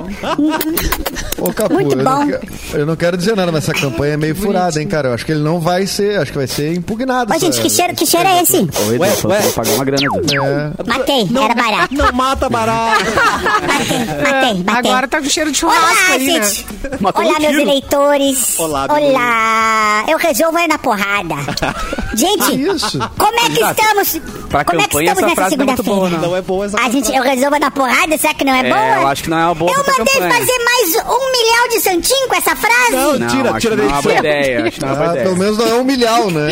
Ô, Capu, Muito eu, não bom. quero, eu não quero dizer nada, mas essa campanha é meio furada, hein, cara? Eu acho que ele não vai ser, acho que vai ser impugnado. Ô, essa- gente, que cheiro, que cheiro é esse? Ô, Edu, só vou pagar uma grana. Edu. É. Matei, era barato. Não mata barata. Matei, matei, matei. Agora tá com cheiro de churrasco Olá, aí, né? gente. Matou Olá, um meus tiro. eleitores. Olá, Bilu. Olá. Eu resolvo é na porrada. Gente, Isso. como é que estamos? Ah, Pra como é que campanha, estamos essa nessa frase não é muito boa, segunda-feira? Não é boa essa A gente, eu resolvo é na porrada, será que não é, É, boa? eu acho que não é uma boa Eu pra essa mandei campanha. fazer mais um milhão de santinho com essa frase? Não, tira, acho tira que não é daí. uma boa ideia. Acho que não é uma Ah, boa pelo ideia. menos não é um milhão, né?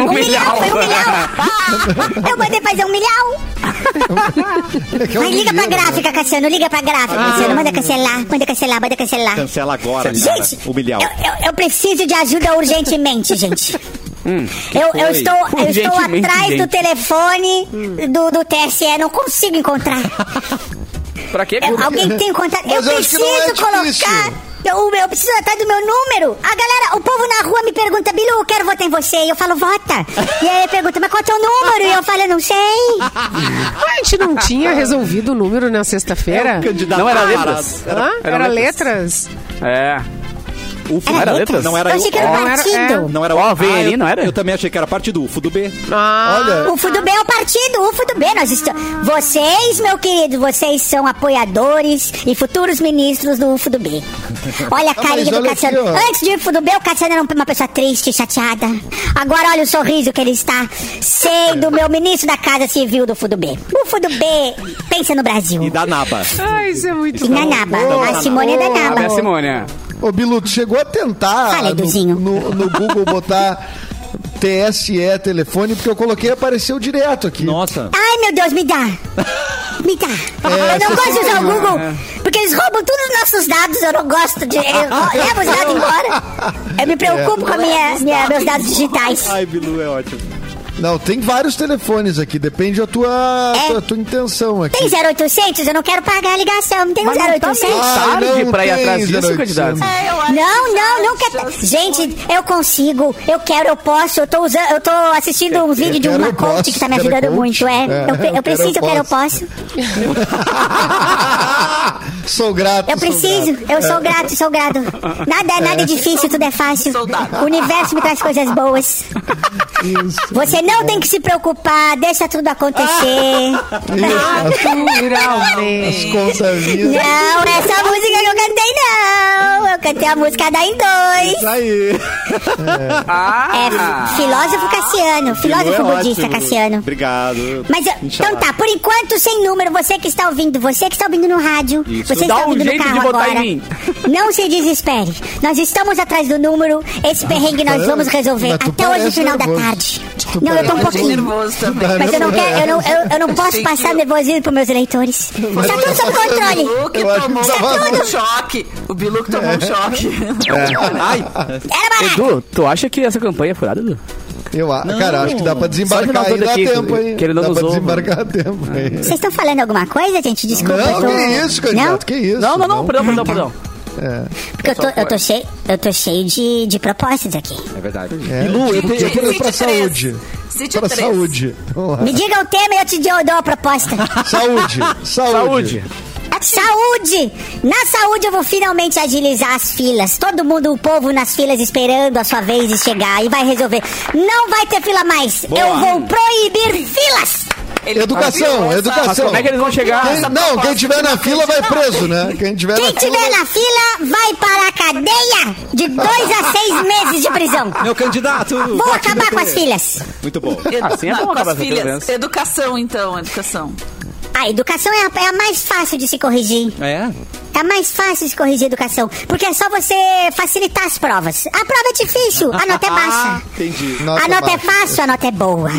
Um milhão, foi um milhão. Ah, eu mandei fazer um milhão. É que é um Mas milhão, liga pra né? Ah. gráfica, Cassiano, liga pra gráfica, Cassiano. Manda cancelar, manda cancelar, manda cancelar. Cancela agora, cara. Gente, O Um milhão. Eu, eu- eu preciso de ajuda urgentemente, gente. Hum, eu, eu foi? estou, eu estou Urgentemente, atrás do gente. telefone Hum. do, do TSE, não consigo encontrar. Pra quê? Eu- É, alguém tem contato? É, Mas eu eu acho que preciso não é difícil. colocar. Eu, eu preciso atrás do meu número. A galera, o povo na rua me pergunta, Bilu, eu quero votar em você. E eu falo, vota. E aí pergunta, mas qual é o teu número? E eu falo, eu não sei. Ah, a gente não tinha resolvido o número na sexta-feira? Candidato Não era à letras? barata. Hã? Era, Era letras? É. Ufo. Não era letras? Ah, Não era Eu achei que era o- um Não era- é, partido. Não era Ah, Ó, vem ali, eu- não era? Eu também achei que era parte do UFO do B. Ah, Olha, O UFO do B é o partido, o UFO do B. Nós estamos... Vocês, meu querido, vocês são apoiadores e futuros ministros do UFO do B. Olha a Ah, mas carinha do olha Cassiano. aqui, ó. Antes do UFO do B, o Cassiano era um, uma pessoa triste, chateada. Agora olha o sorriso que ele está. Sei do meu ministro da Casa Civil do UFO do B. UFO do B, pensa no Brasil. E da Naba. ai, isso é muito Então, E na bom. Naba. A Simone é da Abre a Naba. Simônia. ô Bilu, tu chegou a tentar Fala, no, Eduzinho. no- no Google botar TSE telefone, porque eu coloquei e apareceu direto aqui. Nossa. Ai, meu Deus, me dá. Me dá. É, eu não gosto de usar o Google, né? porque eles roubam todos os nossos dados, eu não gosto de... Eu levo os dados embora. Eu me preocupo com a minha, minha- meus dados digitais. Ai, Bilu, é ótimo. Não, tem vários telefones aqui, depende da tua, É. tua, tua intenção aqui. Tem 0800? Eu não quero pagar a ligação. Não tem um tá 0800? Ai, tá Tarde não pra ir atrás tem disso, 0800. candidato. É, eu acho Não, que não, já- nunca. já tem. se Gente, foi. eu consigo, eu quero, eu posso. Eu tô usando, eu tô assistindo um vídeo de quero, uma eu posso, coach que tá me quero, eu ajudando coach. muito. É, É, eu, pre- eu eu preciso, eu quero, quero, eu eu posso. Sou grato. Eu sou preciso, grato. É, eu sou grato, sou grato. Nada é nada é difícil, tudo é fácil. Soldado. O universo me traz coisas boas. Você não tem que se preocupar, deixa tudo acontecer. Naturalmente. As contas Não, vindo. essa música que eu cantei, não. Eu cantei a música da em dois. Tá Aí. É filósofo Cassiano, filósofo Bilu é budista ótimo. Cassiano. Obrigado. Mas eu- Inxalá. então tá, por enquanto sem número, você que está ouvindo, você que está ouvindo no rádio, Isso. você que Dá está um ouvindo jeito no de carro votar em agora. mim. Não se desespere. Nós estamos atrás do número. Esse perrengue nós vamos resolver Mas tu até hoje, parece final nervoso. é da tarde. Tu não, eu tô parece um Eu fiquei pouquinho. nervoso também. Tá Mas eu não quero, eu não, eu, eu não posso Achei passar que- nervosismo pros meus eleitores. Está tudo sob tá controle. O Bilu que Eu acho tomou que tá um bom. choque. O Bilu É. que tomou um choque. Ai. Era barato. Edu, tu acha que essa campanha é furada, Edu? Eu, a- cara, acho que dá pra Só no desembarcar final aí, do dá aqui, tempo aí. que ele não Dá pra usou, desembarcar a tempo aí. Vocês estão falando alguma coisa, gente? Ah. Desculpa. Não, eu tô- que isso, Não? candidato, que isso. Não, não, não, perdão, perdão, perdão. Porque eu tô, eu tô cheio, eu tô cheio de, de propostas aqui. É verdade. É, E Lu, e tem- eu quero ir pra Cite saúde. três. Cite Pra três. saúde. Vamos lá. Me diga o tema e eu te dou dou a proposta. Saúde. Saúde. Saúde. Saúde! Na saúde eu vou finalmente agilizar as filas. Todo mundo, o povo nas filas esperando a sua vez de chegar e vai resolver. Não vai ter fila mais. Eu vou proibir filas. Ele Educação, copiou essa- educação. Como é que eles vão chegar? Ah, Quem- não, quem tiver na fila vai preso, né? Quem tiver Quem tá na fila. tiver na fila vai para a cadeia de dois a seis meses de prisão. Meu candidato! Vou acabar com as filas. Muito bom. Edu- Assim é não, bom com acabar as essa filhas. diferença. Educação, então, educação. A educação é a, é a mais fácil de se corrigir. É? É mais fácil de corrigir a educação, porque é só você facilitar as provas. A prova é difícil, a nota é baixa. Entendi. Nota a nota é baixa. fácil, a nota é boa.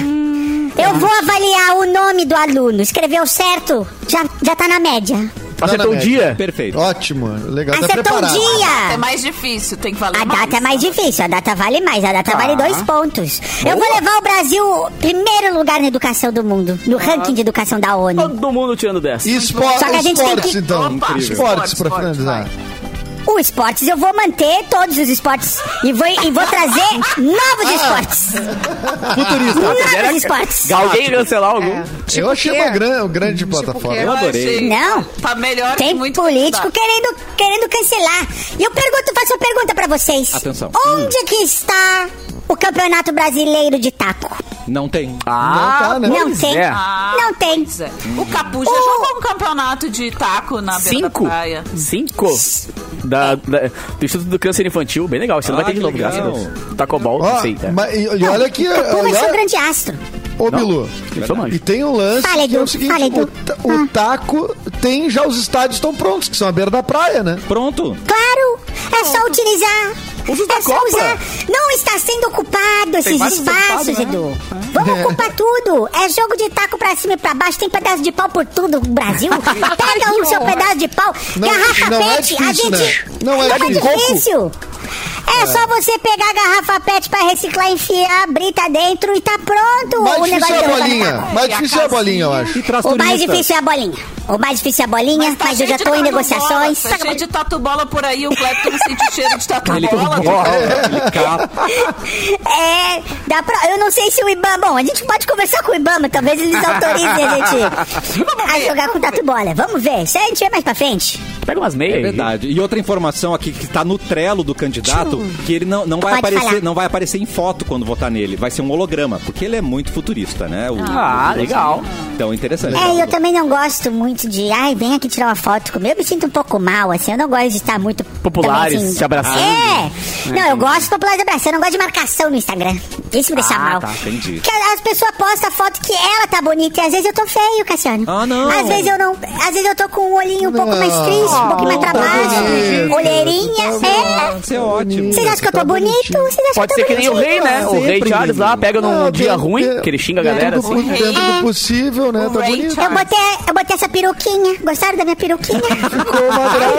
Eu vou avaliar o nome do aluno. Escreveu certo? Já, já tá na média. Acertou Tá o na dia. Perfeito. Ótimo, legal. Tá Acertou o preparado. É dia! mais difícil, tem que valer Ah. A mais. data é mais difícil, a data vale mais, a data Tá. vale dois pontos. Eu vou levar o Brasil primeiro lugar na educação do mundo, no ranking de educação da ONU. Todo mundo tirando 10. E esporte, Só que a gente tem esportes, que- então. Opa, esportes, esportes, pra esportes, finalizar. O esportes eu vou manter todos os esportes e vou, e vou trazer novos esportes. Novos esportes. Alguém ia cancelar algum? Tipo Eu achei o quê? uma gran- um grande plataforma. Eu adorei. Achei- Não. Tá melhor Tem que muito candidato. político querendo, querendo cancelar. E eu pergunto, faço uma pergunta pra vocês. Atenção. Onde Hum. que está o Campeonato Brasileiro de Taco? Não tem. Ah, Não tá, né? não pois tem. é. Ah, Não tem. pois é. O Capu já O- jogou um campeonato de taco na beira Cinco? da tá praia. Cinco? Da, da- do Instituto do Câncer Infantil, bem legal. Você não Ah, vai ter de que novo, graças a legal. Deus. Tacobol, Ó, não sei. É. mas- e, e olha aqui, Tu vai ser um olha, grande astro. ô Bilu. Eu sou E manjo. tem um lance Fala, que é Edu, o seguinte, fala, Edu. Ah. o, ta- o taco tem já os estádios estão prontos, que são à beira da praia, né? Pronto. Claro, é só utilizar. Usa da É só Copa. usar. Não está sendo ocupado esses vários espaços, ocupados, né? Edu. Vamos É. ocupar tudo. É jogo de taco pra cima e pra baixo. Tem pedaço de pau por tudo no Brasil. Pega o seu pedaço de pau. Não- garrafa não é pet. a difícil, gente. Tá né? Não é difícil. difícil. É, só você pegar a garrafa pet pra reciclar, enfiar, abrir, tá dentro e tá pronto. o Mais negócio difícil é a derrubar no bolinha. taco. Mais E a difícil é a casinha. bolinha, eu acho. E traz O mais turista. difícil é a bolinha. O mais difícil é a bolinha, mas, Tá eu cheio já de tô em tatu negociações. bola, Tá cheio de tatu bola por aí, o Clepton sente o cheiro de tatu Ele bola. É, dá pra, eu não sei se o Ibama. Bom, a gente pode conversar com o Ibama, talvez eles autorizem a gente a jogar com tatu bola. Vamos ver, isso aí a gente vê mais pra frente. Pega umas meias. É aí. verdade. E outra informação aqui que tá no trelo do candidato, que ele não, não vai Pode aparecer, falar. não vai aparecer em foto quando votar nele, vai ser um holograma, porque ele é muito futurista, né? O- Ah, o- legal. Então interessante. É, eu também não gosto muito de. Ai, vem aqui tirar uma foto comigo. Eu me sinto um pouco mal, assim. Eu não gosto de estar muito. Populares, também, assim, se abraçando. É. Não, eu gosto de populares abraçando. Eu não gosto de marcação no Instagram. Isso me deixa Ah, mal. tá, entendi. Porque as pessoas postam foto que ela tá bonita e às vezes eu tô feio, Cassiano. Ah, não. Às vezes eu não. Às vezes eu tô com um olhinho um pouco mais triste, um pouquinho mais pra tá baixo. bonito, Olheirinha. É. Isso é ótimo. Vocês acham que eu tô bonito? Vocês acham Pode que eu ser tô que nem o bonitinho? rei, né? O Sempre, Ah, rei Charles lá menino. pega num Não, dia tem- ruim, tem- que ele xinga a Dentro galera. do- assim. Dentro do possível, né? Tá Ray bonito. Eu botei, eu botei essa peruquinha. Gostaram da minha peruquinha? Ficou uma graça.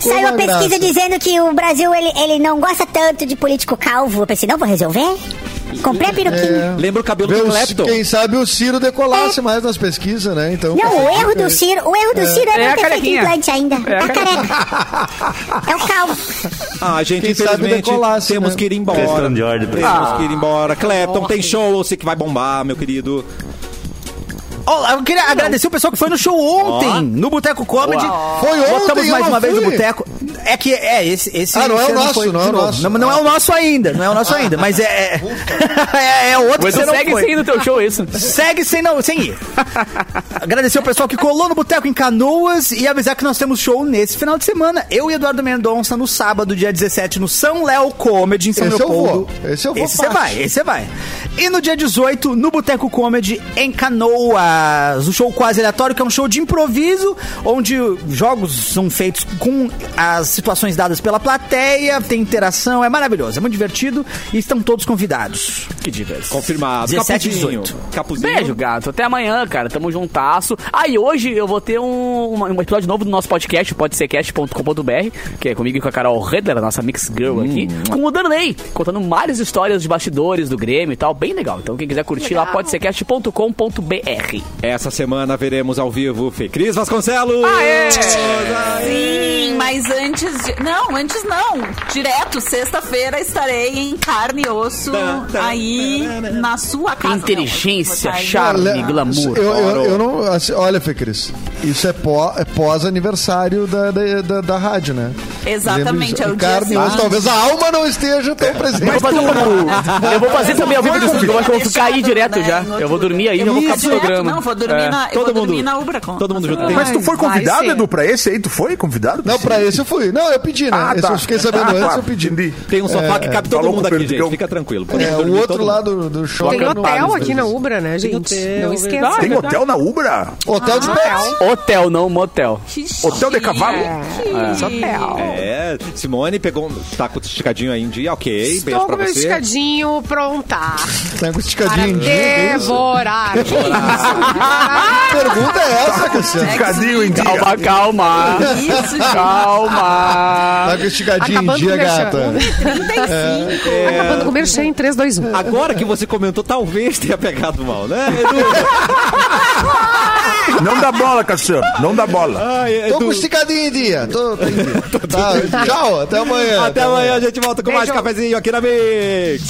Saiu uma uma pesquisa graça. dizendo que o Brasil ele, ele não gosta tanto de político calvo. Eu pensei, não, vou resolver. Comprei a peruquinha. Lembra o cabelo um Vê do o- Clapton? quem sabe o Ciro decolasse mais nas pesquisas, né? Então, É. Não, o erro do Ciro, o erro do Ciro é, É a não ter feito carequinha. implante ainda. É, a careca. É o calvo. Ah, gente, Quem sabe infelizmente decolasse, temos né? que ir embora. Questão de ordem, temos que ir embora. Clepton, Ah, tem show, eu sei que vai bombar, meu querido. Ó, eu queria agradecer o pessoal que foi no show ontem, no Boteco Comedy. Foi ontem, Botamos eu mais não uma vez fui. no Boteco. É que é esse. esse Ah, não é o esse ano nosso, foi não é de o novo. nosso. Ah. Não, não é o nosso ainda, não é o nosso ainda. Mas é. É, é, é outro Mas que você tu não segue foi. sem ir no teu show, isso. Segue sem, não, sem ir. Agradecer o pessoal que colou no Boteco em Canoas e avisar que nós temos show nesse final de semana. Eu e Eduardo Mendonça no sábado, dia 17, no São Léo Comedy, em São Esse eu Leopoldo. vou, esse eu vou Esse você fácil. vai, esse você vai. E no dia 18, no Boteco Comedy, em Canoas. O show quase aleatório, que é um show de improviso, onde jogos são feitos com as situações dadas pela plateia, tem interação, é maravilhoso, é muito divertido e estão todos convidados. Que diverso. Confirmado. 17, Capuzinho. 18. Capuzinho. Beijo, gato. Até amanhã, cara. Tamo juntasso. Aí hoje eu vou ter um, uma- um episódio novo do nosso podcast, podsercast.com.br, que é comigo e com a Carol Redler, a nossa mix girl aqui, com o Danley, contando várias histórias de bastidores do Grêmio e tal. Bem legal. Então quem quiser curtir lá, podsercast.com.br. Essa semana veremos ao vivo Fê Cris Vasconcelos. Sim, mas antes de. Não, antes não. Direto, sexta-feira estarei em carne e osso aí na sua casa. Inteligência, Não, charme, Olha, glamour. Eu, eu, eu não. assim, olha, Fê Cris, isso é, pó- é pós-aniversário da, da, da, da rádio, né? Exatamente, Lembra- é o dia carne, mas seguinte. talvez a alma não esteja tão presente. Eu vou fazer um- eu vou fazer também ao vivo do estúdio, eu vou ficar aí direto né, já. em outro Eu vou dormir aí, lugar. já vou ficar pro Direto, programa. Não, vou dormir, É. na, eu Todo vou dormir mundo- na Ubra. com- todo mundo junto. Nossa, Mas tu foi Vai convidado, ser. Edu, pra esse aí? Tu foi convidado? Não, pra esse eu fui. Não, eu pedi, né? Ah, esse tá. eu fiquei sabendo Ah, antes, claro. eu pedi. Entendi. Tem um sofá que cabe todo Falou mundo com o aqui, Perdigão. gente. Fica tranquilo. É, o outro lado do shopping. Tem hotel aqui na não. Ubra, né, gente? não esqueça. Tem hotel na Ubra? Hotel de pets. Hotel, não motel. que Hotel de cavalo? chique. é. É, Simone pegou um taco esticadinho aí em dia, ok. beijo Estou pra com meu você. esticadinho pronta. Tá com Para esticadinho em dia. devorar. Que pergunta é essa, Cassiano? Cadinho em dia. Calma, calma. Isso, Calma. Tá com esticadinho em Acabando dia, com o merchan. gata. 35. Acabando com o merchan em 3, 2, 1. Agora que você comentou, talvez tenha pegado mal, né, Edu? Não dá bola, Cassiano. Não dá bola. Ai, Tô com Edu. esticadinho em dia. Tô, tô em dia. Tá, tchau, até amanhã. Até amanhã a gente volta com mais Beijo. cafezinho aqui na Mix.